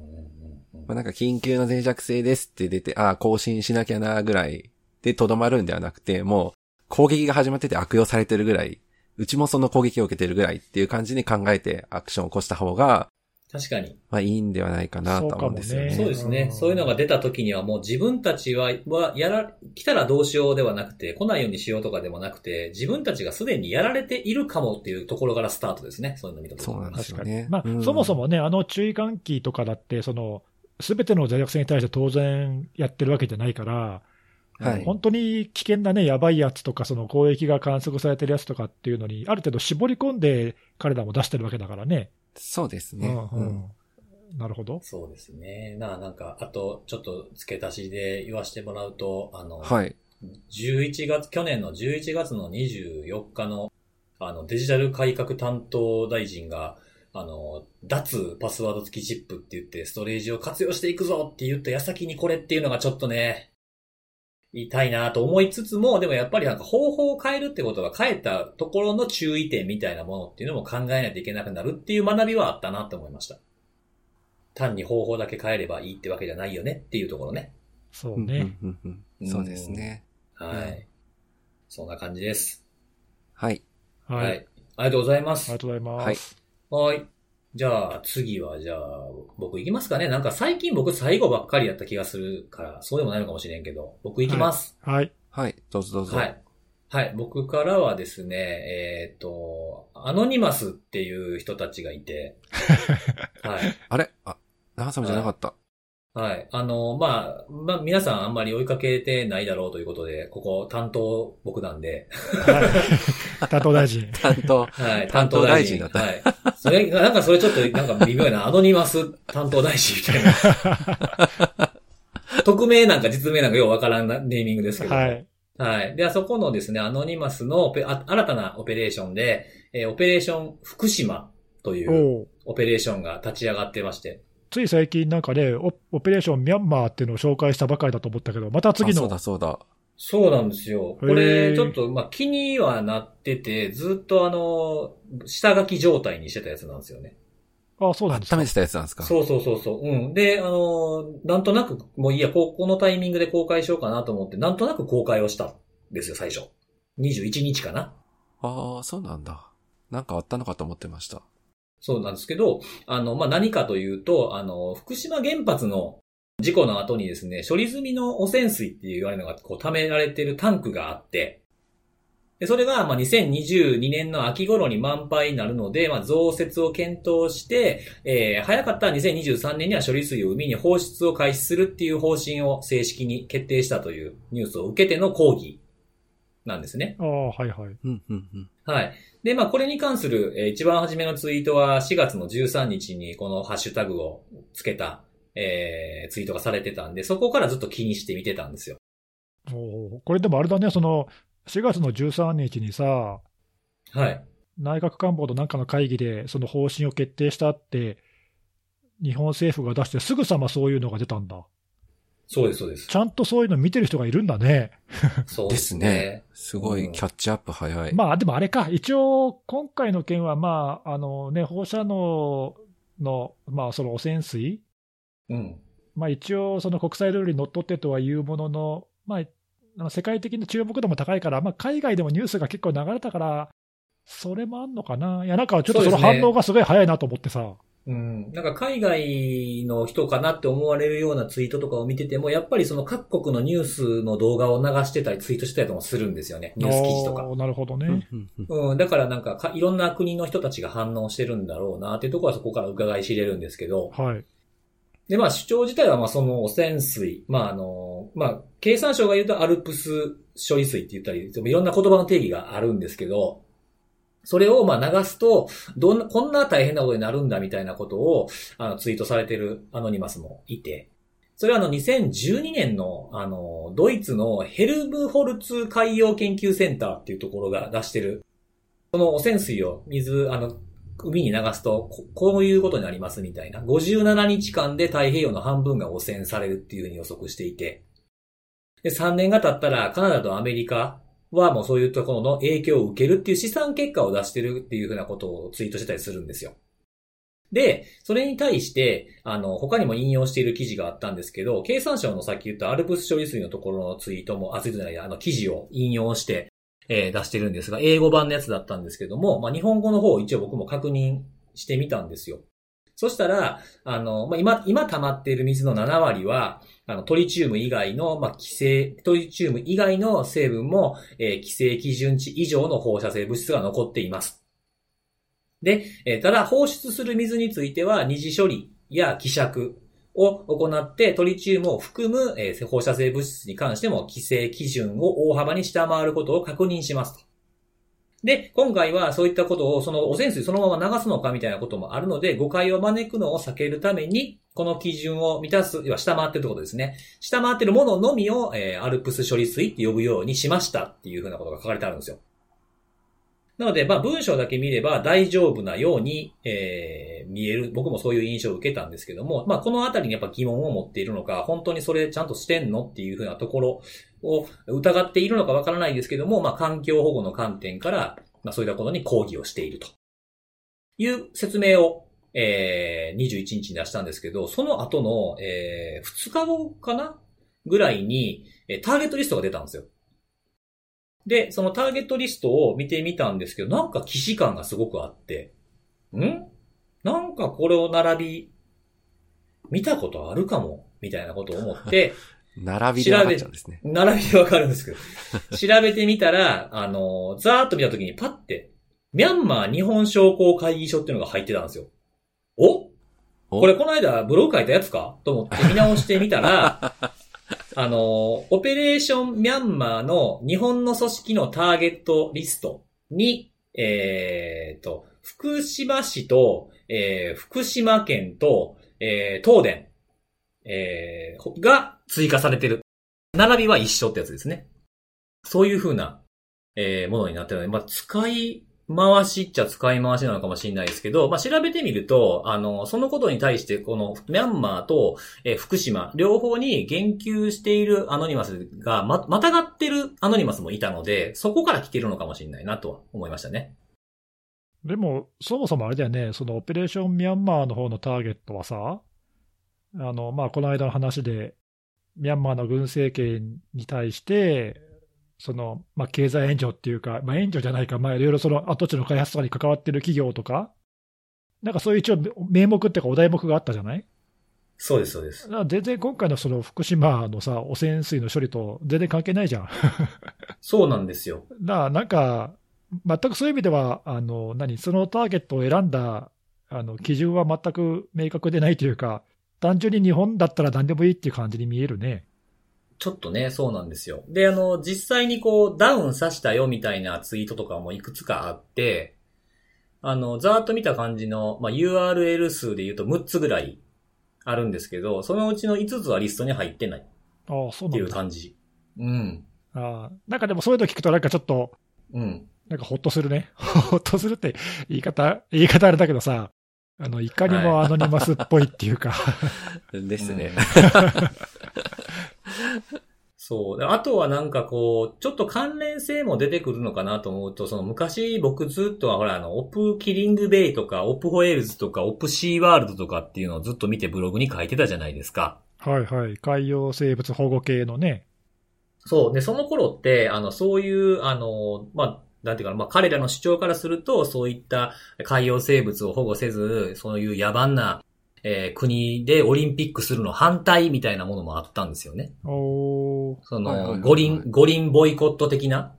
まあなんか緊急の脆弱性ですって出て、ああ、更新しなきゃなぐらいでとどまるんではなくて、もう攻撃が始まってて悪用されてるぐらい、うちもその攻撃を受けてるぐらいっていう感じに考えてアクションを起こした方が、
確かに。
まあいいんではないかなとは思うんですよね。
そうですね
う。ん
そういうのが出た時にはもう自分たちは、はやら、来たらどうしようではなくて、来ないようにしようとかでもなくて、自分たちがすでにやられているかもっていうところからスタートですね。そういうの見たとき
そうなんです
確
よ
かに
ね。
まあ
うん
そもそもね、あの注意喚起とかだって、その全ての脆弱性に対して当然やってるわけじゃないから、
はい
本当に危険なね、やばいやつとか、その攻撃が観測されてるやつとかっていうのに、ある程度絞り込んで彼らも出してるわけだからね。
そうですね。
うんう
うん
んなるほど。
そうですね。なあ、なんか、あと、ちょっと付け足しで言わせてもらうと、あの、
はい。
11月、去年の11月の24日の、あの、デジタル改革担当大臣が、あの、脱パスワード付きチップって言って、ストレージを活用していくぞって言った矢先にこれっていうのがちょっとね、いたいなと思いつつも、でもやっぱりなんか方法を変えるってことは変えたところの注意点みたいなものっていうのも考えないといけなくなるっていう学びはあったなと思いました。単に方法だけ変えればいいってわけじゃないよねっていうところね。
そう
うん
ね。
うんうんうんそうですね。
はい。
うん
そんな感じです。
はい。
はい。
はい。あり
ありがとうございます
が。とうございます。
はい
はい。じゃあ、次は、じゃあ、僕行きますかね。なんか最近僕最後ばっかりやった気がするから、そうでもないのかもしれんけど、僕行きます。
はい。
はい。どうぞどうぞ。
はい。はい。僕からはですね、えっ、と、アノニマスっていう人たちがい [laughs] て、はい。
あれあ、長さんじゃなかった。
はい。あの、まあ、まあ、皆さんあんまり追いかけてないだろうということで、ここ担当僕なんで、
はい。担当大臣。
[laughs] 担当。
はい、
担当大臣だった
はい。それ、なんかそれちょっとなんか微妙
[laughs]
やな。アノニマス担当大臣みたいな。 [laughs] 匿名なんか実名なんかようわからんなネーミングですけど。
はい。
はい。で、あそこのですね、アノニマスのオペあ新たなオペレーションで、えーオペレーション福島という
おう
オペレーションが立ち上がってまして。
つい最近なんかねオ、オペレーションミャンマーっていうのを紹介したばかりだと思ったけど、また次
あそ
の
うだそうだ。
そうなんですよ。こ
へー
れ、ちょっと、まあ、気にはなってて、ずっとあの、下書き状態にしてたやつなんですよね。
あ、そうなんですか。
温めてたやつなんですか
そうそうそうそう。うん。で、あのーなんとなく、もういいや、ここのタイミングで公開しようかなと思って、なんとなく公開をしたんですよ、最初。21日かな。
ああ、そうなんだ。なんかあったのかと思ってました。
そうなんですけど、あの、まあ、何かというと、あの、福島原発の事故の後にですね、処理済みの汚染水って言われるのが、こう、溜められてるタンクがあって、で、それが、まあ、2022年の秋頃に満杯になるので、まあ、増設を検討して、えー、早かったら2023年には処理水を海に放出を開始するっていう方針を正式に決定したというニュースを受けての抗議なんですね。
ああ、はいはい。
うん、うん、うん。
はい。で、まあ、これに関する、えー一番初めのツイートは4月の13日にこのハッシュタグをつけた、えーツイートがされてたんで、そこからずっと気にして見てたんですよ。
おうこれでもあれだね、その、4月の13日にさ、
はい。
内閣官房のなんかの会議で、その方針を決定したって、日本政府が出して、すぐさまそういうのが出たんだ。
そうです、そうです
ち。ゃんとそういうの見てる人がいるんだね。
そう
で
ですす
ね
ね。。
すごいキャッチアップ早い。
まあでもあれか、一応、今回の件は、まあ、あのね、放射能の、まあ、その汚染水、
うん。
まあ、一応、その国際ルールにのっとってとは言うものの、まあ、あの世界的な注目度も高いから、まあ、海外でもニュースが結構流れたから、それもあんのかな、いや、なんかちょっと
そ
その
うです
反
ね
応がすごい早いなと思ってさ、
うん。なんか海外の人かなって思われるようなツイートとかを見てても、やっぱりその各国のニュースの動画を流してたりツイートしてたりとかもするんですよね。ニュース記事とか。
おーなるほど
うん
ね、
うんうん
うん、だからなんかか、いろんな国の人たちが反応してるんだろうなっていうところはそこから伺い知れるんですけど、
はい、
で、まあ主張自体は、まあその汚染水、まああの、まあ経産省が言うとアルプス処理水って言ったり、いろんな言葉の定義があるんですけど、それをまあ流すと、どんな、こんな大変なことになるんだみたいなことを、あの、ツイートされてるアノニマスもいて、それはあの、2012年の、あの、ドイツのヘルブホルツ海洋研究センターっていうところが出してる、この汚染水を水、あの、海に流すとこ、こういうことになりますみたいな。57日間で太平洋の半分が汚染されるっていうふうに予測していて。で、3年が経ったらカナダとアメリカはもうそういうところの影響を受けるっていう試算結果を出してるっていうふうなことをツイートしてたりするんですよ。で、それに対して、あの、他にも引用している記事があったんですけど、経産省のさっき言ったアルプス処理水のところのツイートも、あ、ツイートじゃないや、あの、記事を引用して、えー出してるんですが、英語版のやつだったんですけども、まあ、日本語の方を一応僕も確認してみたんですよ。そしたら、あの、まあ、今、今溜まっている水の7割は、あの、トリチウム以外の、まあ、規制、トリチウム以外の成分も、えー規制基準値以上の放射性物質が残っています。で、えーただ放出する水については、二次処理や希釈を行って、トリチウムを含む、えー放射性物質に関しても規制基準を大幅に下回ることを確認しますと。で、今回はそういったことを、その汚染水そのまま流すのかみたいなこともあるので、誤解を招くのを避けるために、この基準を満たす、要は下回ってるってことですね。下回ってるもののみを、えーアルプス処理水って呼ぶようにしましたっていうふうなことが書かれてあるんですよ。なので、まあ文章だけ見れば大丈夫なように、えー見える。僕もそういう印象を受けたんですけども、まあこのあたりにやっぱ疑問を持っているのか、本当にそれちゃんとしてんのっていうふうなところを疑っているのかわからないですけども、まあ環境保護の観点から、まあそういったことに抗議をしていると。いう説明を、えー、21日に出したんですけど、その後の、えー、2日後かなぐらいに、えーターゲットリストが出たんですよ。で、そのターゲットリストを見てみたんですけど、なんか既視感がすごくあって、んなんかこれを並び、見たことあるかも、みたいなことを思って、
並びで分かっちゃうんですね。
並びでわかるんですけど、調べてみたら、あの、ざーっと見たときにパッて、ミャンマー日本商工会議所っていうのが入ってたんですよ。お
お
これこの間ブログ書いたやつかと思って見直してみたら、あの、オペレーションミャンマーの日本の組織のターゲットリストに、えーと、福島市と、えー福島県と、えー東電、えーほが追加されてる。並びは一緒ってやつですね。そういう風な、えーものになってるので、まあ、使い回しっちゃ使い回しなのかもしれないですけど、まあ、調べてみると、あの、そのことに対して、この、ミャンマーと、えー福島、両方に言及しているアノニマスが、ま、またがってるアノニマスもいたので、そこから来てるのかもしれないなとは思いましたね。
でも、そもそもあれだよね、そのオペレーションミャンマーの方のターゲットはさ、あのまあ、この間の話で、ミャンマーの軍政権に対して、そのまあ、経済援助っていうか、まあ、援助じゃないか、まあ、いろいろその跡地の開発とかに関わってる企業とか、なんかそういう一応、名目っていうか、お題目があったじゃない
そうです、そうです
だ。から全然今回のその福島のさ、汚染水の処理と全然関係ないじゃん。
そうなんですよ。
だからなんか、全くそういう意味では、あの何そのターゲットを選んだあの基準は全く明確でないというか、単純に日本だったら何でもいいっていう感じに見えるね。
ちょっとね、そうなんですよ。で、あの、実際にこう、ダウンさしたよみたいなツイートとかもいくつかあって、あの、ざーっと見た感じの、まあ、URL 数で言うと6つぐらいあるんですけど、そのうちの5つはリストに入ってないっ
ああ、そう
て
ないん
う
だ。
感じ。うん。
ああなんかでもそういうの聞くと、なんかちょっと、
うん。
なんかほっとするね。 [laughs] ほっとするって言い方、言い方あれだけどさ、あのいかにもアノニマスっぽいっていうか、
ですね。 [laughs]
そう。であとはなんかこう、ちょっと関連性も出てくるのかなと思うと、その昔僕ずっとはほら、あの、オプキリングベイとか、オプホエールズとか、オプシーワールドとかっていうのをずっと見てブログに書いてたじゃないですか。
[laughs] はいはい、海洋生物保護系のね。
そう。で、その頃って、あの、そういう、あの、まあ、なんていうかな、まあ、彼らの主張からすると、そういった海洋生物を保護せず、そういう野蛮な、えー国でオリンピックするの反対みたいなものもあったんですよね。
おー
そ
はいはいはいは
の、
い
五輪、五輪ボイコット的な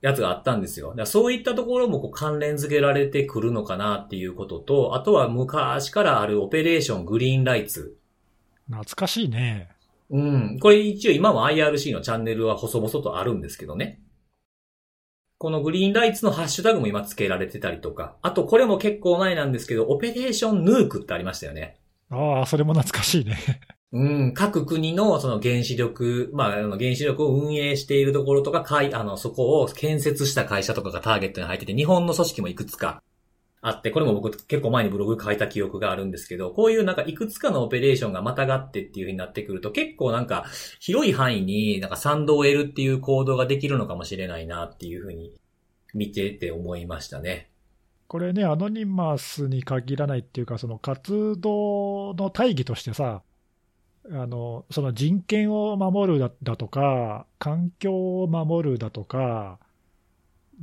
やつがあったんですよ。だからそういったところもこう関連付けられてくるのかなっていうことと、あとは昔からあるオペレーショングリーンライツ
懐かしいね。
うん。これ一応今も IRC のチャンネルは細々とあるんですけどね。このグリーンライツのハッシュタグも今付けられてたりとか。あとこれも結構前なんですけど、オペレーションヌークってありましたよね。
ああ、それも懐かしいね。
うん。各国のその原子力、まあ、あの原子力を運営しているところとか、かいあの、そこを建設した会社とかがターゲットに入ってて、日本の組織もいくつかあって、これも僕結構前にブログ書いた記憶があるんですけど、こういうなんかいくつかのオペレーションがまたがってっていう風になってくると、結構なんか広い範囲になんか賛同を得るっていう行動ができるのかもしれないなっていう風に見てて思いましたね。
これね、アノニマスに限らないっていうか、その活動の大義としてさ、あのその人権を守るだだとか、環境を守るだとか、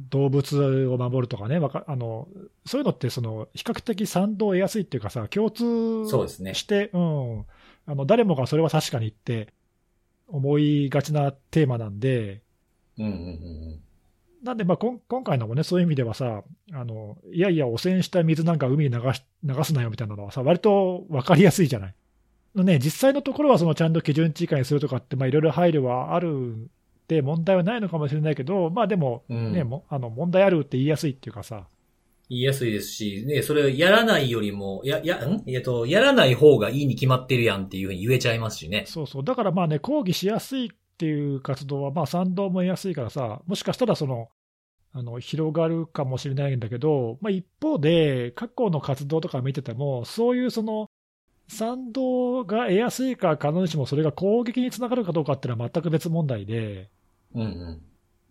動物を守るとかね、わかあのそういうのってその、比較的賛同を得やすいっていうかさ、共通
そうですね。
して、うん、あの誰もがそれは確かにって思いがちなテーマなんで、
うんうんうん
なんで、まあ、こん今回のもね、そういう意味ではさ、あのいやいや、汚染した水なんか海に流し流すなよみたいなのはさ、割と分かりやすいじゃない。ね、実際のところはそのちゃんと基準値以下にするとかって、まあいろいろ配慮はあるんで、問題はないのかもしれないけど、まあでも、
うん。うん
ねもあの問題あるって言いやすいっていうかさ、
言いやすいですし、ね、それをやらないよりも、や、や、んえっと、やらない方がいいに決まってるやんっていうふうに言えちゃいますしね。
そうそう、だからまあね、抗議しやすいっていう活動は、まあ賛同も得やすいからさ、もしかしたらその、あの広がるかもしれないんだけど、まあ、一方で、過去の活動とか見てても、そういうその賛同が得やすいか、必ずしもそれが攻撃につながるかどうかっていうのは全く別問題で、
うんうん。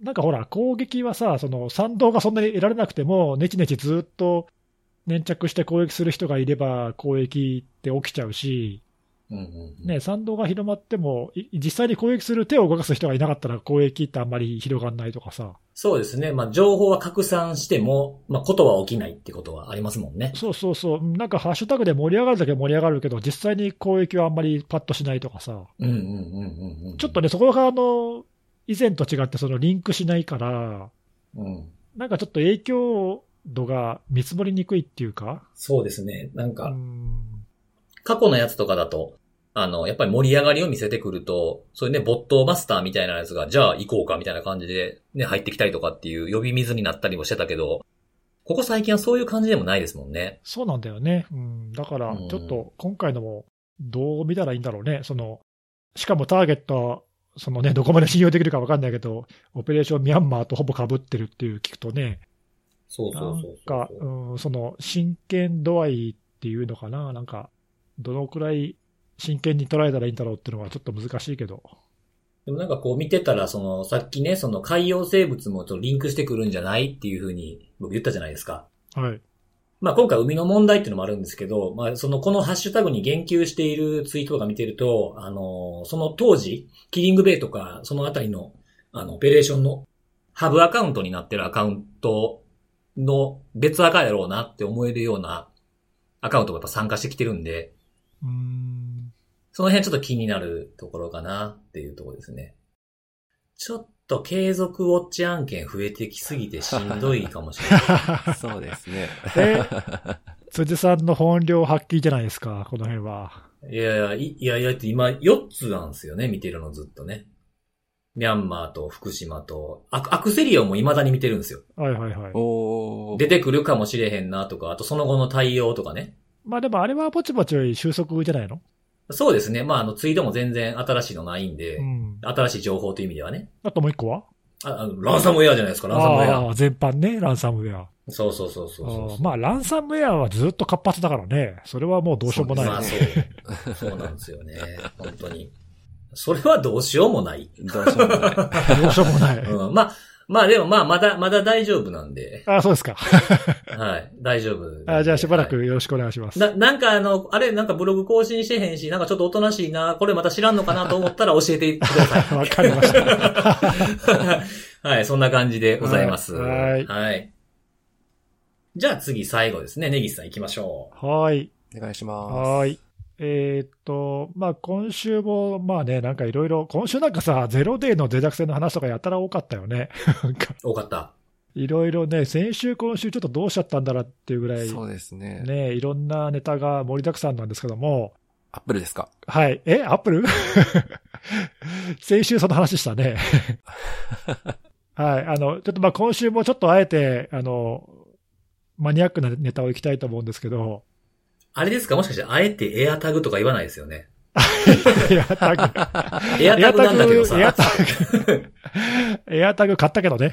なんかほら、攻撃はさ、その賛同がそんなに得られなくても、ねちねちずっと粘着して攻撃する人がいれば、攻撃って起きちゃうし、
うんうんうん
ね、賛同が広まっても、い実際に攻撃する手を動かす人がいなかったら、攻撃ってあんまり広がんないとかさ、
そうですね。まあ、情報は拡散しても、まあ、ことは起きないってことはありますもんね。
そうそうそう、なんかハッシュタグで盛り上がるだけ盛り上がるけど、実際に攻撃はあんまりパッとしないとかさ、
うんうんうんうんうん。
ちょっとね、そこがあの以前と違って、そのリンクしないから、
うん。
なんかちょっと影響度が見積もりにくいっていうか、
そうですね。なんか
う、ん
過去のやつとかだと、あの、やっぱり盛り上がりを見せてくると、そういうね、ボットマスターみたいなやつが、じゃあ行こうかみたいな感じで、ね、入ってきたりとかっていう呼び水になったりもしてたけど、ここ最近はそういう感じでもないですもんね。
そうなんだよね、うん、だから
うん
ちょっと今回のも、どう見たらいいんだろうね、そのしかもターゲットは、そのね、どこまで信用できるか分かんないけど、オペレーションミャンマーとほぼ被ってるっていう聞くとね、
そう
な
そうんそうそう
か、うん、その真剣度合いっていうのかな、なんか、どのくらい真剣に捉えたらいいんだろうっていうのはちょっと難しいけど、
でもなんかこう見てたら、その、さっきね、その海洋生物もちょっとリンクしてくるんじゃないっていうふうに僕言ったじゃないですか。
はい、
まあ今回海の問題っていうのもあるんですけど、まあそのこのハッシュタグに言及しているツイートとか見てると、あの、その当時、キリングベイとかそのあたりの、あの、オペレーションのハブアカウントになってるアカウントの別アカやろうなって思えるようなアカウントがやっぱ参加してきてるんで、
うー
[laughs]
ん、
その辺ちょっと気になるところかなっていうところですね。ちょっと継続ウォッチ案件増えてきすぎてしんどいかもしれない。
[laughs] そうですね。
え辻さんの本領発揮じゃないですか、この辺は。
いやいや、いいやいや、って今4つなんですよね、見てるのずっとね。ミャンマーと福島と、アクアクセリオンも未だに見てるんですよ。
はいはいはい。
おー。
出てくるかもしれへんなとか、あとその後の対応とかね。
まあでもあれはぼちぼち収束じゃないの、
そうですね。まあ、あの、ツイートも全然新しいのないんで、
うん。
新しい情報という意味ではね。
あともう一個は
あ、あのランサムウェアじゃないですか、ランサムウェ
ああ、全般ね、ランサムウェア。
ア。そうそうそうそうそう
ああまあ、ランサムウェアはずっと活発だからね、それはもうどうしようもない。
まあそう。 [laughs] そうなんですよね。本当に。それはどうしようもない。
どうしようもない。
どうしようもない。
うん、まあ、まあでもまあまだ、まだ大丈夫なんで、
ああ、そうですか。
はい、大丈夫なんで。
ああじゃあしばら
は
くよろしくお願いします。
いな、なんかあの、あれ、なんかブログ更新してへんし、なんかちょっとおとなしいな、これまた知らんのかなと思ったら教えてください。
わかり
[laughs]
ました。
はい、 [laughs] そんな感じでございます。
はい
はい。じゃあ次最後ですね、根岸さん行きましょう。
はい。
お願いします。
はい。えーっと、まあ、今週も、まあね、なんかいろいろ、今週なんかさ、ゼロデーの脆弱性の話とかやたら多かったよね。なんか、
多かった。
いろいろね、先週、今週、ちょっとどうしちゃったんだらっていうぐらい、
そうですね。
ね、いろんなネタが盛りだくさんなんですけども、
アップルですか
はい。え、アップル [laughs] 先週その話したね。はい。あの、ちょっとまあ今週もちょっとあえて、あの、マニアックなネタをいきたいと思うんですけ
[laughs]
ど、
あれですかもしかして、あえてエアタグとか言わないですよ
[laughs]
ね。
エアタグ、
エア
エ
タ
ア
グな
タ
んだけど
グ、エア
さ。
タグ、エアタグ買ったけどね。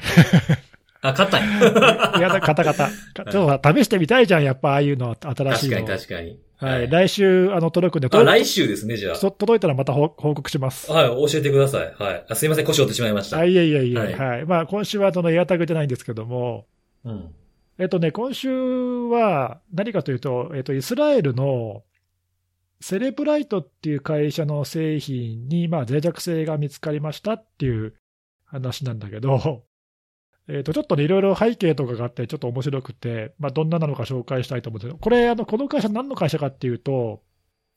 あ、買ったんや。
エアタグ、カタカタ。ちょっと試してみたいじゃん、やっぱああいうの、新し
確
いの。
かに確かに。
はい。来週、あの、届くんで、
あ、来週ですね、じゃ
そ届いたらまた報報告します。
あ。はい、教えてください。はい。あすいません、腰折ってしまいました。
あ、いえいえいえ。
はい
はい。まあ今週はそのエアタグじゃないんですけども、
うん。
えっとね、今週は何かというと、えっと、イスラエルのセレブライトっていう会社の製品に、まあ、脆弱性が見つかりましたっていう話なんだけど、 [laughs] えっと、ちょっとね、いろいろ背景とかがあって、ちょっと面白くて、まあ、どんななのか紹介したいと思うんですけど、これ、あの、この会社何の会社かっていうと、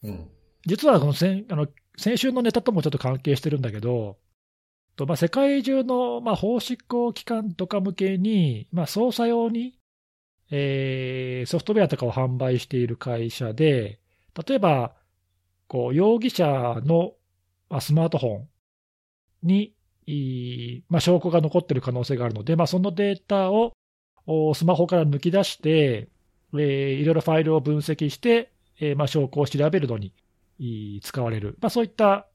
うん。
実はこの先あの先週のネタともちょっと関係してるんだけど、とまあ、世界中の、まあ、法執行機関とか向けに、まあ、捜査用に、えーソフトウェアとかを販売している会社で、例えばこう容疑者のまあスマートフォンに、いいまあ、証拠が残っている可能性があるので、まあ、そのデータをおスマホから抜き出して、えーいろいろファイルを分析して、えーまあ、証拠を調べるのにいい使われる、まあ、そういった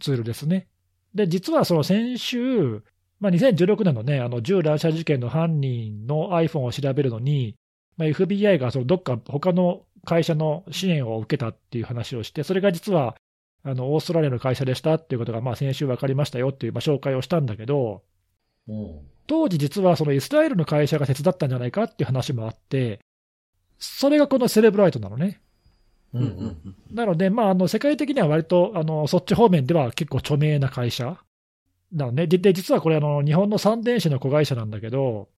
ツールですね。で、実はその先週、まあ、2016年のね、あの銃乱射事件の犯人の iPhone を調べるのに、まあ、FBI がそのどっか他の会社の支援を受けたっていう話をして、それが実はあのオーストラリアの会社でしたっていうことがまあ先週分かりましたよっていうまあ紹介をしたんだけど、
うん。
当時、実はそのイスラエルの会社が手伝ったんじゃないかっていう話もあって、それがこのセレブライトなのね。
う
うんん
う。
うんん
なので、まあ、あの世界的には割とあのそっち方面では結構著名な会社なのね、でで実はこれあの、日本の三電子の子会社なんだけど、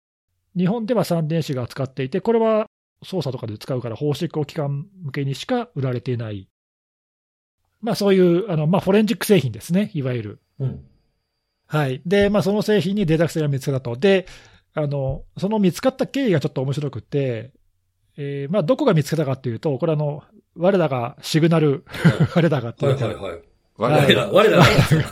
日本では三電子が扱っていて、これは捜査とかで使うから、法執行機関向けにしか売られていない、まあ、そういうあの、まあ、フォレンジック製品ですね、いわゆる。
うん。
はい。で、まあ、その製品にデータ性が見つかったと。で、あの、その見つかった経緯がちょっと面白くて、えーまあ、どこが見つけたかというと、これあの、我らがシグナル、 [laughs] 我らがって
は
いう
い
か
はいはい。
我
我
ら、
ら、我らなんですよ。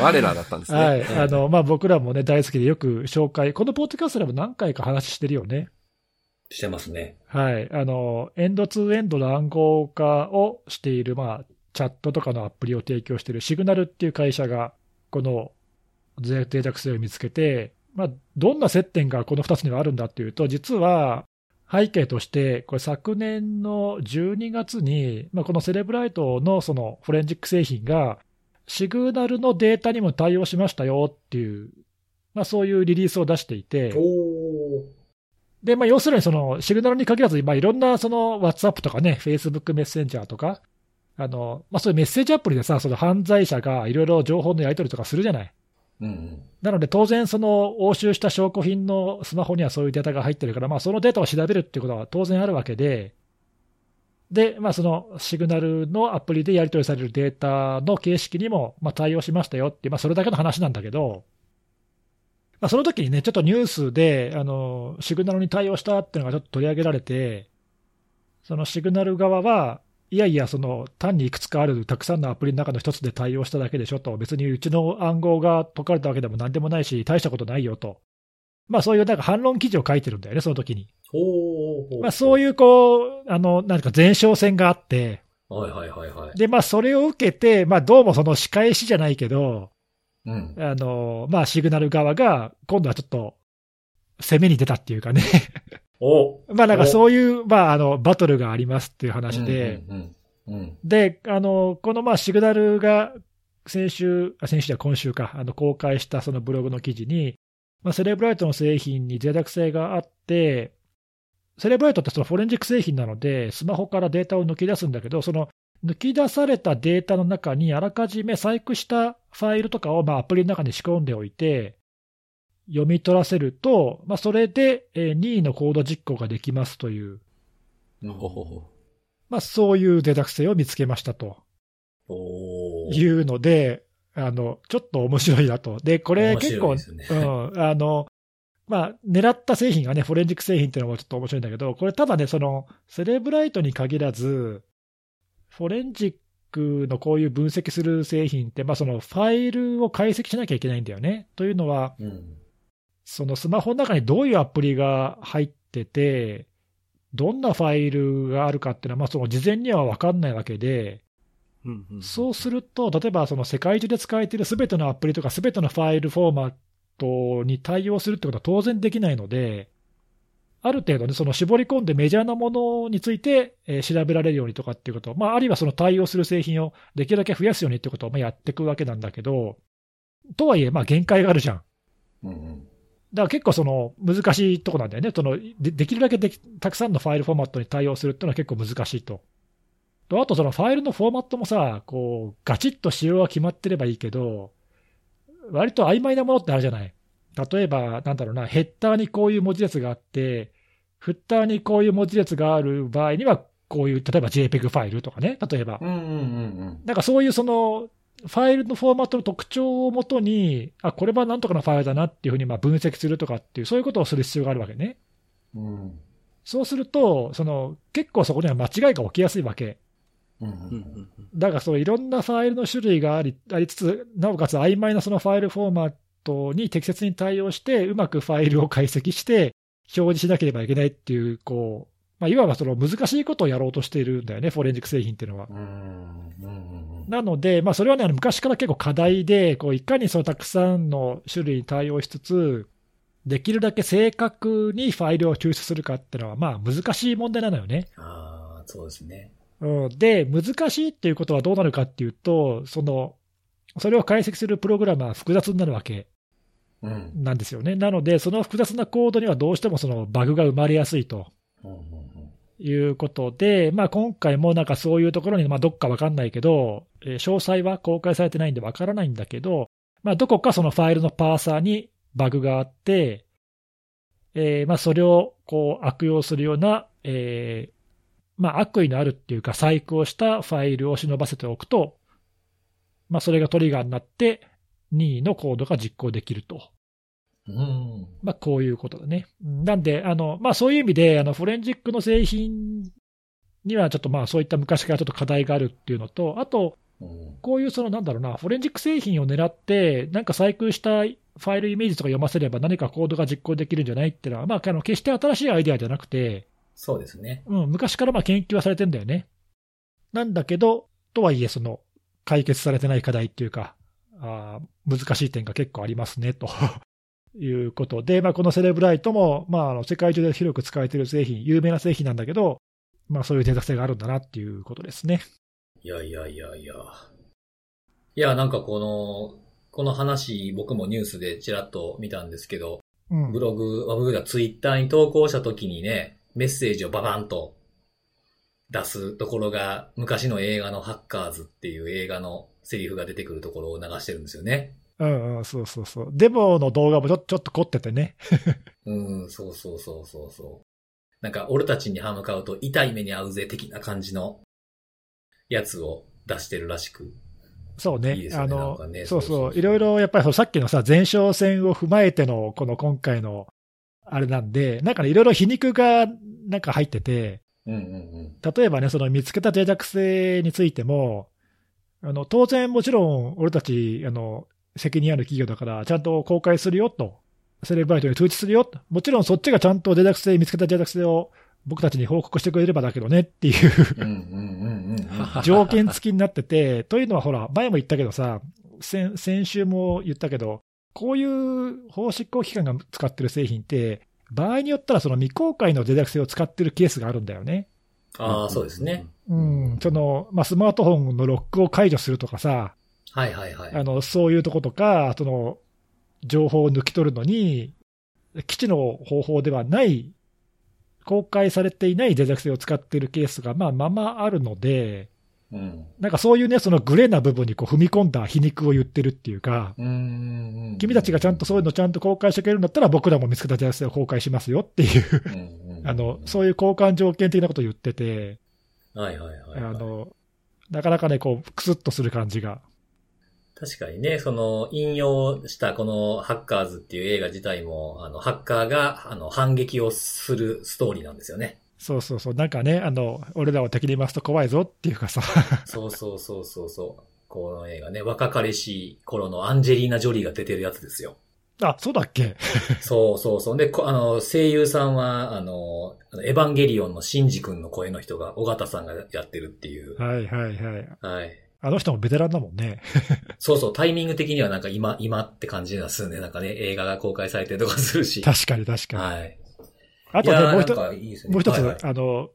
我らだったんですね。
はい。あの、まあ、僕らもね、大好きでよく紹介、このポッドキャストでも何回か話してるよね。
[laughs] してますね。
はい。あの、エンドツーエンドの暗号化をしている、まあ、チャットとかのアプリを提供しているシグナルっていう会社が、このぜ脆弱性を見つけて、まあ、どんな接点がこの2つにはあるんだっていうと、実は背景として、これ昨年の12月に、まあ、このセレブライトのそのフォレンジック製品が、シグナルのデータにも対応しましたよっていう、まあ、そういうリリースを出していて。
おー。
で、まあ、要するにその、シグナルに限らず、まあ、いろんなその、WhatsApp とかね、Facebook メッセンジャーとか、あの、まあ、そういうメッセージアプリでさ、その犯罪者がいろいろ情報のやり取りとかするじゃない。
うん
なので、当然、その、押収した証拠品のスマホにはそういうデータが入ってるから、まあ、そのデータを調べるっていうことは当然あるわけで、で、まあ、その、シグナルのアプリでやり取りされるデータの形式にも、まあ、対応しましたよっていう、まあ、それだけの話なんだけど、まあ、その時にね、ちょっとニュースで、あの、シグナルに対応したっていうのがちょっと取り上げられて、そのシグナル側は、いやいや、その、単にいくつかあるたくさんのアプリの中の一つで対応しただけでしょと、別にうちの暗号が解かれたわけでも何でもないし、大したことないよと。まあそういうなんか反論記事を書いてるんだよね、その時に。
おー。
まあそう
い
いうこう、あの、なんか前哨戦があって、
う。はいはいはいはい。
で、まあそれを受けて、まあどうもその仕返しじゃないけど、
うん。
あの、まあ、シグナル側が、今度はちょっと、攻めに出たっていうかね。 [laughs]
お
まあ、なんかそういう、まあ、あの、バトルがありますっていう話で、
うんうんうん。
で、あの、この、まあ、シグナルが、先週、あ先週じゃ今週か、あの、公開したそのブログの記事に、まあ、セレブライトの製品に脆弱性があって、セレブライトってそのフォレンジック製品なので、スマホからデータを抜き出すんだけど、その抜き出されたデータの中に、あらかじめ細工したファイルとかをまあアプリの中に仕込んでおいて、読み取らせると、まあ、それでえー任意のコード実行ができますという、
うん
ほほほ
まあ、そういう脆弱性を見つけましたと。
おー。
いうので、あの、ちょっと面白いなと。で、こ
こ
れ結構、
ね、
うん、あの、まあ、狙った製品がね、フォレンジック製品っていうのもちょっと面白いんだけど、これただね、その、セレブライトに限らず、フォレンジックのこういう分析する製品って、まあ、そのファイルを解析しなきゃいけないんだよね。というのは、
うん。
そのスマホの中にどういうアプリが入ってて、どんなファイルがあるかっていうのは、まあ、その事前には分かんないわけで、
うんうん
そうすると、例えばその世界中で使えているすべてのアプリとか、すべてのファイルフォーマットに対応するってことは当然できないので、ある程度ね、その絞り込んでメジャーなものについて、えー調べられるようにとかっていうこと、まあ、あるいはその対応する製品をできるだけ増やすようにってことをまあやっていくわけなんだけど、とはいえ、まあ限界があるじゃん。
うんうん。
だから結構その難しいとこなんだよね、そのでできるだけできたくさんのファイルフォーマットに対応するっていうのは結構難しいと。とあとそのファイルのフォーマットもさ、こうガチッと仕様が決まってればいいけど、割と曖昧なものってあるじゃない。例えば、なんだろうな、ヘッダーにこういう文字列があって、フッターにこういう文字列がある場合には、こういう、例えば JPEG ファイルとかね、例えば。
うんうん
なんかそういうその、ファイルのフォーマットの特徴をもとに、あ、これはなんとかのファイルだなっていうふうにまあ分析するとかっていう、そういうことをする必要があるわけね。
うんうん。うん
そうすると、その結構そこには間違いが起きやすいわけ。
う
うんうんんうん
だからそのいろんなファイルの種類がありありつつ、なおかつ曖昧なそのファイルフォーマットに適切に対応して、うまくファイルを解析して、表示しなければいけないっていう、こう、まあ、いわばその難しいことをやろうとしているんだよね、フォレンジック製品っていうのは。
うん。うんうんうん。
なので、まあ、それはね、あの昔から結構課題で、こういかにそのたくさんの種類に対応しつつ、できるだけ正確にファイルを抽出するかっていうのは、まあ、難しい問題なのよね。
ああ、そうですね。
うん、で、難しいっていうことはどうなるかっていうと、その、それを解析するプログラムは複雑になるわけ
うん。
なんですよね。なので、その複雑なコードにはどうしてもそのバグが生まれやすいと。
うんうんうん。
いうことで、まあ、今回もなんかそういうところに、まあ、どっかわかんないけど、えー詳細は公開されてないんでわからないんだけど、まあ、どこかそのファイルのパーサーにバグがあって、えーまあ、それをこう悪用するような、えーまあ、悪意のあるっていうか、細工をしたファイルを忍ばせておくと、まあ、それがトリガーになって、任意のコードが実行できると。
うん。
まあ、こういうことだね。うんなんで、あのまあ、そういう意味で、あのフォレンジックの製品には、ちょっとまあそういった昔からちょっと課題があるっていうのと、あと、
うん。
こういうそのなんだろうな、フォレンジック製品を狙って、なんか細工したファイルイメージとか読ませれば、何かコードが実行できるんじゃないっていうのは、まあ、あの決して新しいアイデアじゃなくて、
そうですね。
うん、昔からまあ研究はされてんだよね。なんだけど、とはいえ、その解決されてない課題っていうか、あー難しい点が結構ありますねと [laughs] いうことで、まあ、このセレブライトも、まあ、あの世界中で広く使われている製品、有名な製品なんだけど、まあ、そういう脆弱性があるんだなっていうことですね。
いやいやいやいや。いや、なんかこの、この話、僕もニュースでちらっと見たんですけど、
うん
ブ、ログ、あ僕がツイッターに投稿した時にね、メッセージをババンと出すところが、昔の映画のハッカーズっていう映画のセリフが出てくるところを流してるんですよね。
うん、うん、そうそうそう。デモの動画もちょちょっと凝っててね。
うん、そうそうそうそうそう。なんか、俺たちに歯向かうと痛い目に遭うぜ的な感じのやつを出してるらしく。
そうね、
いいですよね
あ
なん
の
かね
そう
そうそ
そうう、
そう
いろいろやっぱりそうさっきのさ、前哨戦を踏まえての、この今回のあれなんで、なんかね、いろいろ皮肉がなんか入ってて、
うんうんうん。
例えばね、その見つけた脆弱性についても、あの当然、もちろん俺たちあの、責任ある企業だから、ちゃんと公開するよと、セレブライトに通知するよと、もちろんそっちがちゃんと脆弱性、見つけた脆弱性を僕たちに報告してくれればだけどねっていう
うんうんうんうんうん。
条件付きになってて、 [laughs] というのはほら、前も言ったけどさ、先先週も言ったけど、こういう法執行機関が使ってる製品って、場合によったらその未公開の脆弱性を使ってるケースがあるんだよね。
ああ、そうですね。。
うん、そのまあ、スマートフォンのロックを解除するとかさ、
はいはいはい。
あのそういうとことか、その情報を抜き取るのに、基地の方法ではない、公開されていない脆弱性を使ってるケースが、まあ、まあまああるので、
うん。
なんかそういうね、そのグレーな部分にこう踏み込んだ皮肉を言ってるっていうか、
うんうんうん。
君たちがちゃんとそういうのちゃんと公開してくれるんだったら、僕らも見つけたジャスを公開しますよっていう、 [laughs]
うんうんうん、
あのそういう交換条件的なことを言ってて、
はいはいはい、は
あ
い。
のなかなかね、こう、くすっとする感じが。
確かにね、その、引用したこのハッカーズっていう映画自体も、あの、ハッカーが、あの、反撃をするストーリーなんですよね。
そうそうそう、なんかね、あの俺らを敵に回すと怖いぞっていうかさ、 [laughs]
そうそうそうそうそう。この映画ね、若かりしい頃のアンジェリーナ・ジョリーが出てるやつ
[laughs]
ですよ。
あそうだっけ、
そうそうそう。で、こあの、声優さんは、あの、あのエヴァンゲリオンのシンジ君の声の人が、尾形さんがやってるっていう。
はいはいはい、
はい。
あの人もベテランだもんね、
そうそう、タイミング的にはなんか今、今って感じなんですよね。なんかね、映画が公開されてるとかするし。
確かに確かに。
はい。
あとね、もう一
いやー
つ、
なんかいいですね
もう一つ、
はいはい、
あの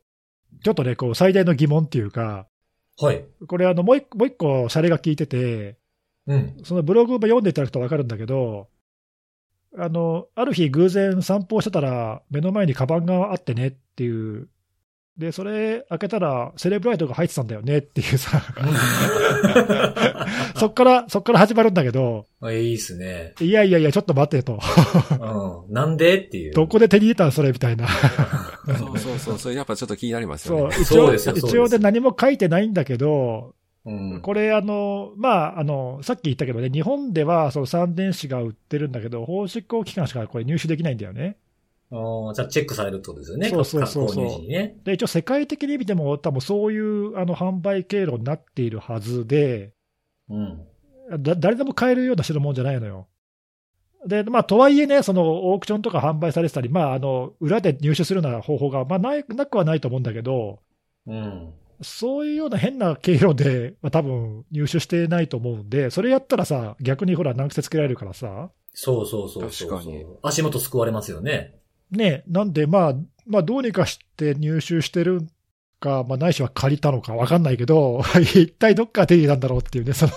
ちょっとね、こう最大の疑問っていうか、
はい。
これあのもう一個、もう一個、シャレが効いてて、 [laughs]
うん。
そのブログも読んでいただくと分かるんだけど、あのある日、偶然散歩をしてたら、目の前にカバンがあってねっていう、でそれ開けたら、セレブライトが入ってたんだよねって
[laughs]
いうさ、そっからそっから始まるんだけど、
あいいっすね。
いやいやいや、ちょっと待てと、
うん。なんでっていう。
どこで手に入れたの、それみた
[laughs]
いな、
そうそうそう、それやっぱちょっと気になります
そ
よ
う
ね。
一
そう
応
ですよそうです
一応で何も書いてないんだけど、
うん。
これあの、まああの、さっき言ったけどね、日本ではその三電子が売ってるんだけど、法執行機関しかこれ入手できないんだよね。
あーじゃあチェックされるってことですよね。
そうそうそうそう
各購入時にね。
で一応、世界的に見ても、多分そういうあの販売経路になっているはずで、
うん。
だ誰でも買えるような代物じゃないのよ。で、まあ、とはいえね、そのオークションとか販売されてたり、まあ、あの、裏で入手するような方法が、まあ、ない、なくはないと思うんだけど、
うん。
そういうような変な経路で、まあ、多分入手してないと思うんで、それやったらさ、逆にほら、難癖つけられるからさ、
そうそうそうそうそう。
確かに
足元救われますよね。
ね、なんで、まあ、まあ、どうにかして入手してるか、まあ、ないしは借りたのかわかんないけど、 [laughs] 一体どっから手に入れたんだろうっていうね、その、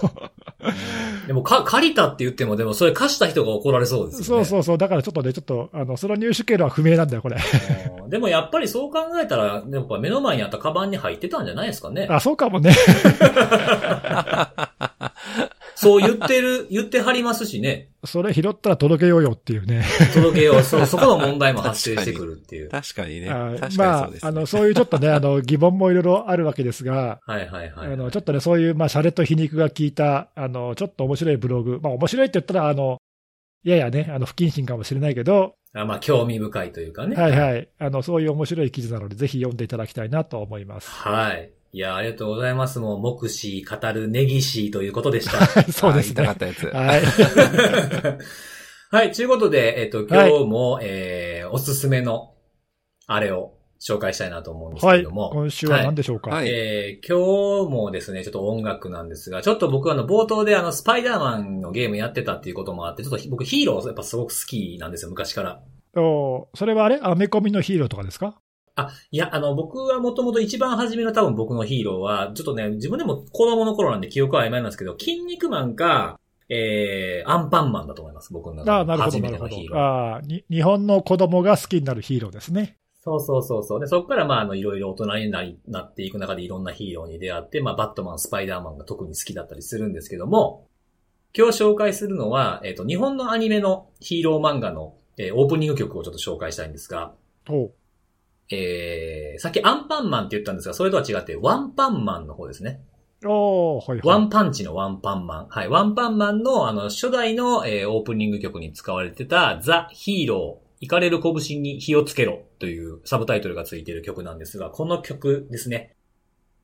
でも、か、借りたって言っても、でも、それ貸した人が怒られそうですよ
そ
ね。
うそうそう、だからちょっとね、ちょっと、あの、その入手経路は不明なんだ
[laughs]
よ、これ。
うんでも、やっぱりそう考えたら、やっぱ目の前にあったカバンに入ってたんじゃないですかね。
あ、そうかもね。
そう言ってる、言ってはりますしね。
それ拾ったら届けようよっていうね。
届け
[laughs]
よう。そう、そこの問題も発生してくるっていう。
確かにね。
あ
確かに
ま
そう
あ
で、す、ね。
あの、そういうちょっとね、あの、疑問もいろいろあるわけです
[laughs]
が、
はいはいはい。
あの、ちょっとね、そういう、まあ、シャレと皮肉が効いた、あの、ちょっと面白いブログ。まあ、面白いって言ったら、あの、ややね、あの、不謹慎かもしれないけど、
あまあ、興味深いというかね。
[laughs] はいはい。あの、そういう面白い記事なので、ぜひ読んでいただきたいなと思います。
はい。いや、ありがとうございます。もう、目視、語る、ネギシということでした。
[laughs] そうです
あ
ね
ー言いたか。ったやつ。
はい。
[laughs] はい、ということで、えっと、今日も、えー、おすすめの、あれを紹介したいなと思うんですけ
は
れ
い。
ども、
今週は何でしょうか。
はい
えー、今日もですね、ちょっと音楽なんですが、ちょっと僕はあの、冒頭であの、スパイダーマンのゲームやってたっていうこともあって、ちょっとひ僕ヒーローやっぱすごく好きなんですよ、昔から。
おそれはあれアメコミのヒーローとかですか
あ、いや、あの、僕はもともと一番初めの多分僕のヒーローは、ちょっとね、自分でも子供の頃なんで記憶は曖昧なんですけど、筋肉マンか、えー、アンパンマンだと思います、僕の
あ
中
あ、な
の
るほど、
初
な
め
る
ての
ほ
ヒーロー
ど。。ああ、に日本の子供が好きになるヒーローですね。
そうそうそうそう。で、そこからまあ、あの、いろいろ大人になり、なっていく中でいろんなヒーローに出会って、まあ、バットマン、スパイダーマンが特に好きだったりするんですけども、今日紹介するのは、えっ、と、日本のアニメのヒーロー漫画の、えーオープニング曲をちょっと紹介したいんですが、
お
えー、さっきアンパンマンって言ったんですが、それとは違って、ワンパンマンの方ですね。
おーはい
ワ
は
ンパンチのワンパンマン。はい。ワンパンマンの、あの、初代の、えーオープニング曲に使われてた、ザ・ヒーロー、イカれる拳に火をつけろというサブタイトルがついている曲なんですが、この曲ですね。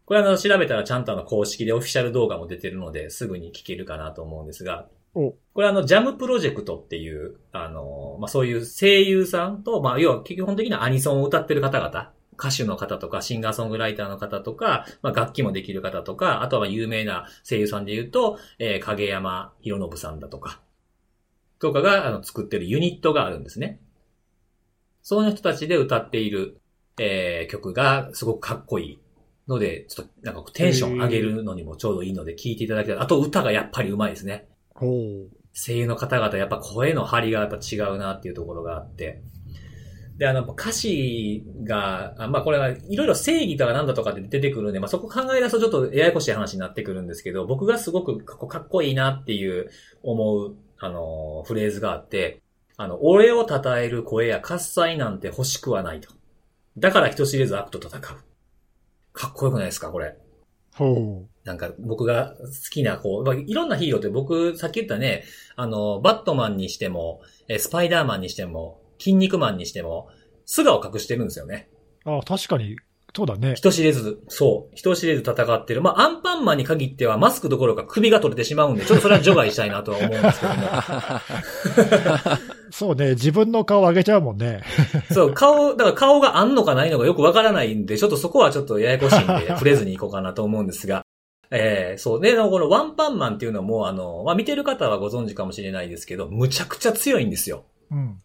これあの、調べたらちゃんとあの、公式でオフィシャル動画も出てるので、すぐに聴けるかなと思うんですが、
お
これあの、ジャムプロジェクトっていう、あの、まあ、そういう声優さんと、まあ、要は基本的にはアニソンを歌ってる方々、歌手の方とか、シンガーソングライターの方とか、まあ、楽器もできる方とか、あとは有名な声優さんで言うと、えー影山博信さんだとか、とかがあの作ってるユニットがあるんですね。その人たちで歌っている、えー曲がすごくかっこいいので、ちょっとなんかテンション上げるのにもちょうどいいので聴いていただけたら、あと歌がやっぱり上手いですね。
い。おー
声優の方々、やっぱ声の張りがやっぱ違うなっていうところがあって。で、あの、歌詞が、あまあこれはいろいろ正義とかなんだとかって出てくるんで、まあそこ考え出すとちょっとややこしい話になってくるんですけど、僕がすごくかっこかっこいいなっていう思う、あのーフレーズがあって、あの、俺を称える声や喝采なんて欲しくはないと。だから人知れず悪と戦う。かっこよくないですか、これ。
ほ
なんか僕が好きな、こう、まあいろんなヒーローって僕、さっき言ったね、あの、バットマンにしても、えースパイダーマンにしても、筋肉マンにしても、素顔隠してるんですよね。
う。ああ、確かに、そうだね。
人知れず、そう、人知れず戦ってる。まあ、アンパンマンに限ってはマスクどころか首が取れてしまうんで、ちょっとそれは除外したいなとは思うんですけども。
[laughs]
そうね、自分の顔上げちゃうもんね。
そう、顔、だから顔があんのかないのかよくわからないんで、ちょっとそこはちょっとややこしいんで、触れずに行こうかなと思うんですが。えー、そう。で、このワンパンマンっていうのも、あの、まあ、見てる方はご存知かもしれないですけど、むちゃくちゃ強いんですよ。
うん。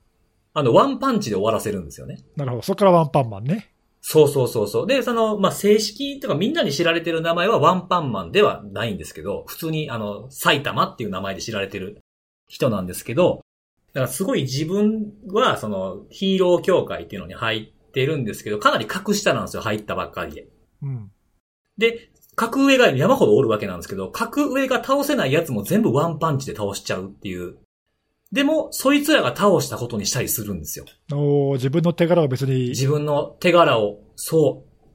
あの、ワンパンチで終わらせるんですよね。
なるほど。そこからワンパンマンね。
そうそうそうそう。で、その、まあ、正式とかみんなに知られてる名前はワンパンマンではないんですけど、普通にあの、埼玉っていう名前で知られてる人なんですけど、だからすごい自分はそのヒーロー協会っていうのに入ってるんですけど、かなり格下なんですよ、入ったばっかりで。
うん。
で、格上が山ほどおるわけなんですけど、格上が倒せないやつも全部ワンパンチで倒しちゃうっていう。でも、そいつらが倒したことにしたりするんですよ。
おー自分の手柄は別に。
自分の手柄を、そう、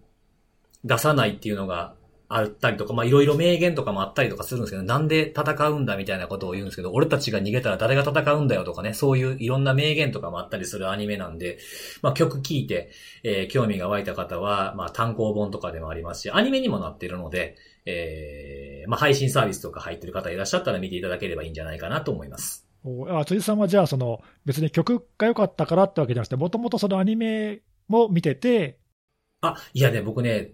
出さないっていうのがあったりとか、まあいろいろ名言とかもあったりとかするんですけど、なんで戦うんだみたいなことを言うんですけど、俺たちが逃げたら誰が戦うんだよとかね、そういういろんな名言とかもあったりするアニメなんで、まあ曲聴いて、えー興味が湧いた方は、まあ単行本とかでもありますし、アニメにもなってるので、えーまあ配信サービスとか入ってる方いらっしゃったら見ていただければいいんじゃないかなと思います。
おあ辻さんはじゃあその、別に曲が良かったからってわけじゃなくて、もともとそのアニメも見てて、
あ、いやね、僕ね、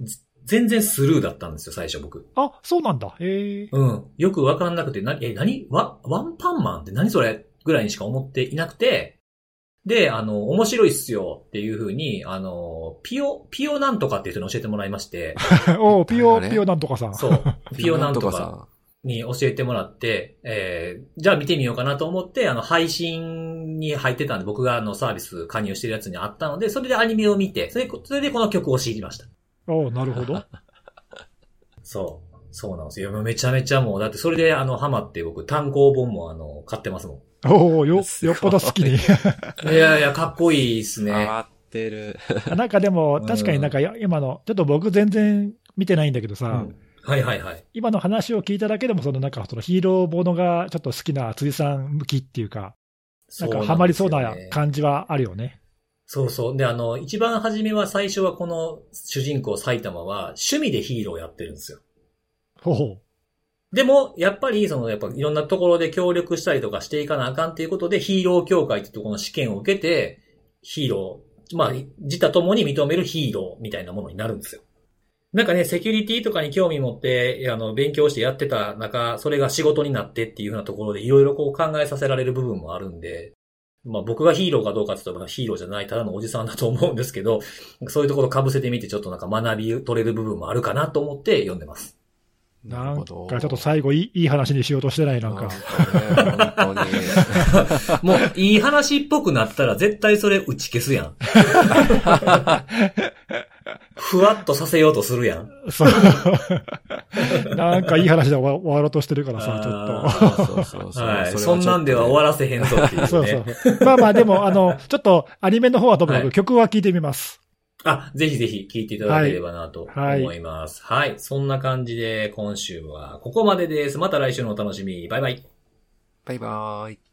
ず全然スルーだったんですよ、最初僕。
あそうなんだ、 [laughs] へえ、
うん。よくわかんなくて、な、え、何ワ、ワンパンマンって何それぐらいにしか思っていなくて、で、あの、面白いっすよっていう風に、あの、ピオ、ピオなんとかっていう人に教えてもらいま [laughs] して、
おうピオ、
誰
ピオなんとかさん。
そう、ピオなんと
さ
かに教えてもらって、えー、じゃあ見てみようかなと思って、あの、配信に入ってたんで、僕があの、サービス加入してるやつにあったので、それでアニメを見て、それで、それでこの曲を知りました。
おうなるほ [laughs] ど。
そう。そうなんですよ。めちゃめちゃもう、だってそれであの、ハマって僕、単行本もあの、買ってますもん。ん
おうよ、
すごい
よっぽど好 [laughs] きに。
いやいや、かっこいいですね。
回ってる。
なんかでも
うん、
確かになんかや今の、ちょっと僕全然見てないんだけどさ、
うんはいはいはい。
今の話を聞いただけでも、そのなんかそのヒーローものがちょっと好きな辻さん向きっていうか、なんかハマりそうな
ですよね
感じはあるよね。
そうそう。で、あの、一番初めは最初はこの主人公埼玉は趣味でヒーローやってるんですよ。
ほうほ
でも、やっぱり、その、やっぱいろんなところで協力したりとかしていかなあかんっていうことで、ヒーロー協会ってところの試験を受けて、ヒーロー、まあ、自他ともに認めるヒーローみたいなものになるんですよ。なんかね、セキュリティとかに興味持って、あの、勉強してやってた中、それが仕事になってっていうふうなところで、いろいろこう考えさせられる部分もあるんで、まあ僕がヒーローかどうかって言ったらヒーローじゃない、ただのおじさんだと思うんですけど、そういうところ被せてみて、ちょっとなんか学び取れる部分もあるかなと思って読んでます。
う。 [laughs] なんかちょっと最後いい、いい話にしようとしてない、なんか。
ね本
[laughs]
当に。
もう、いい話っぽくなったら絶対それ打ち消すやん。ふわっとさせようとするやん。
そう。 [laughs] なんかいい話で終わ終わろうとしてるからさ、ちょっと。
あ
そうそうそう。
はい。そんなんでは終わらせへんぞっていうね。
そうそうそう。まあまあ、でも、あの、ちょっとアニメの方はどうも
はい
曲は聴いてみます。
あ、ぜひぜひ聞いていただければなと思います。はい、そんな感じで今週はここまでです。また来週のお楽しみ。バイバイ。
バイバーイ。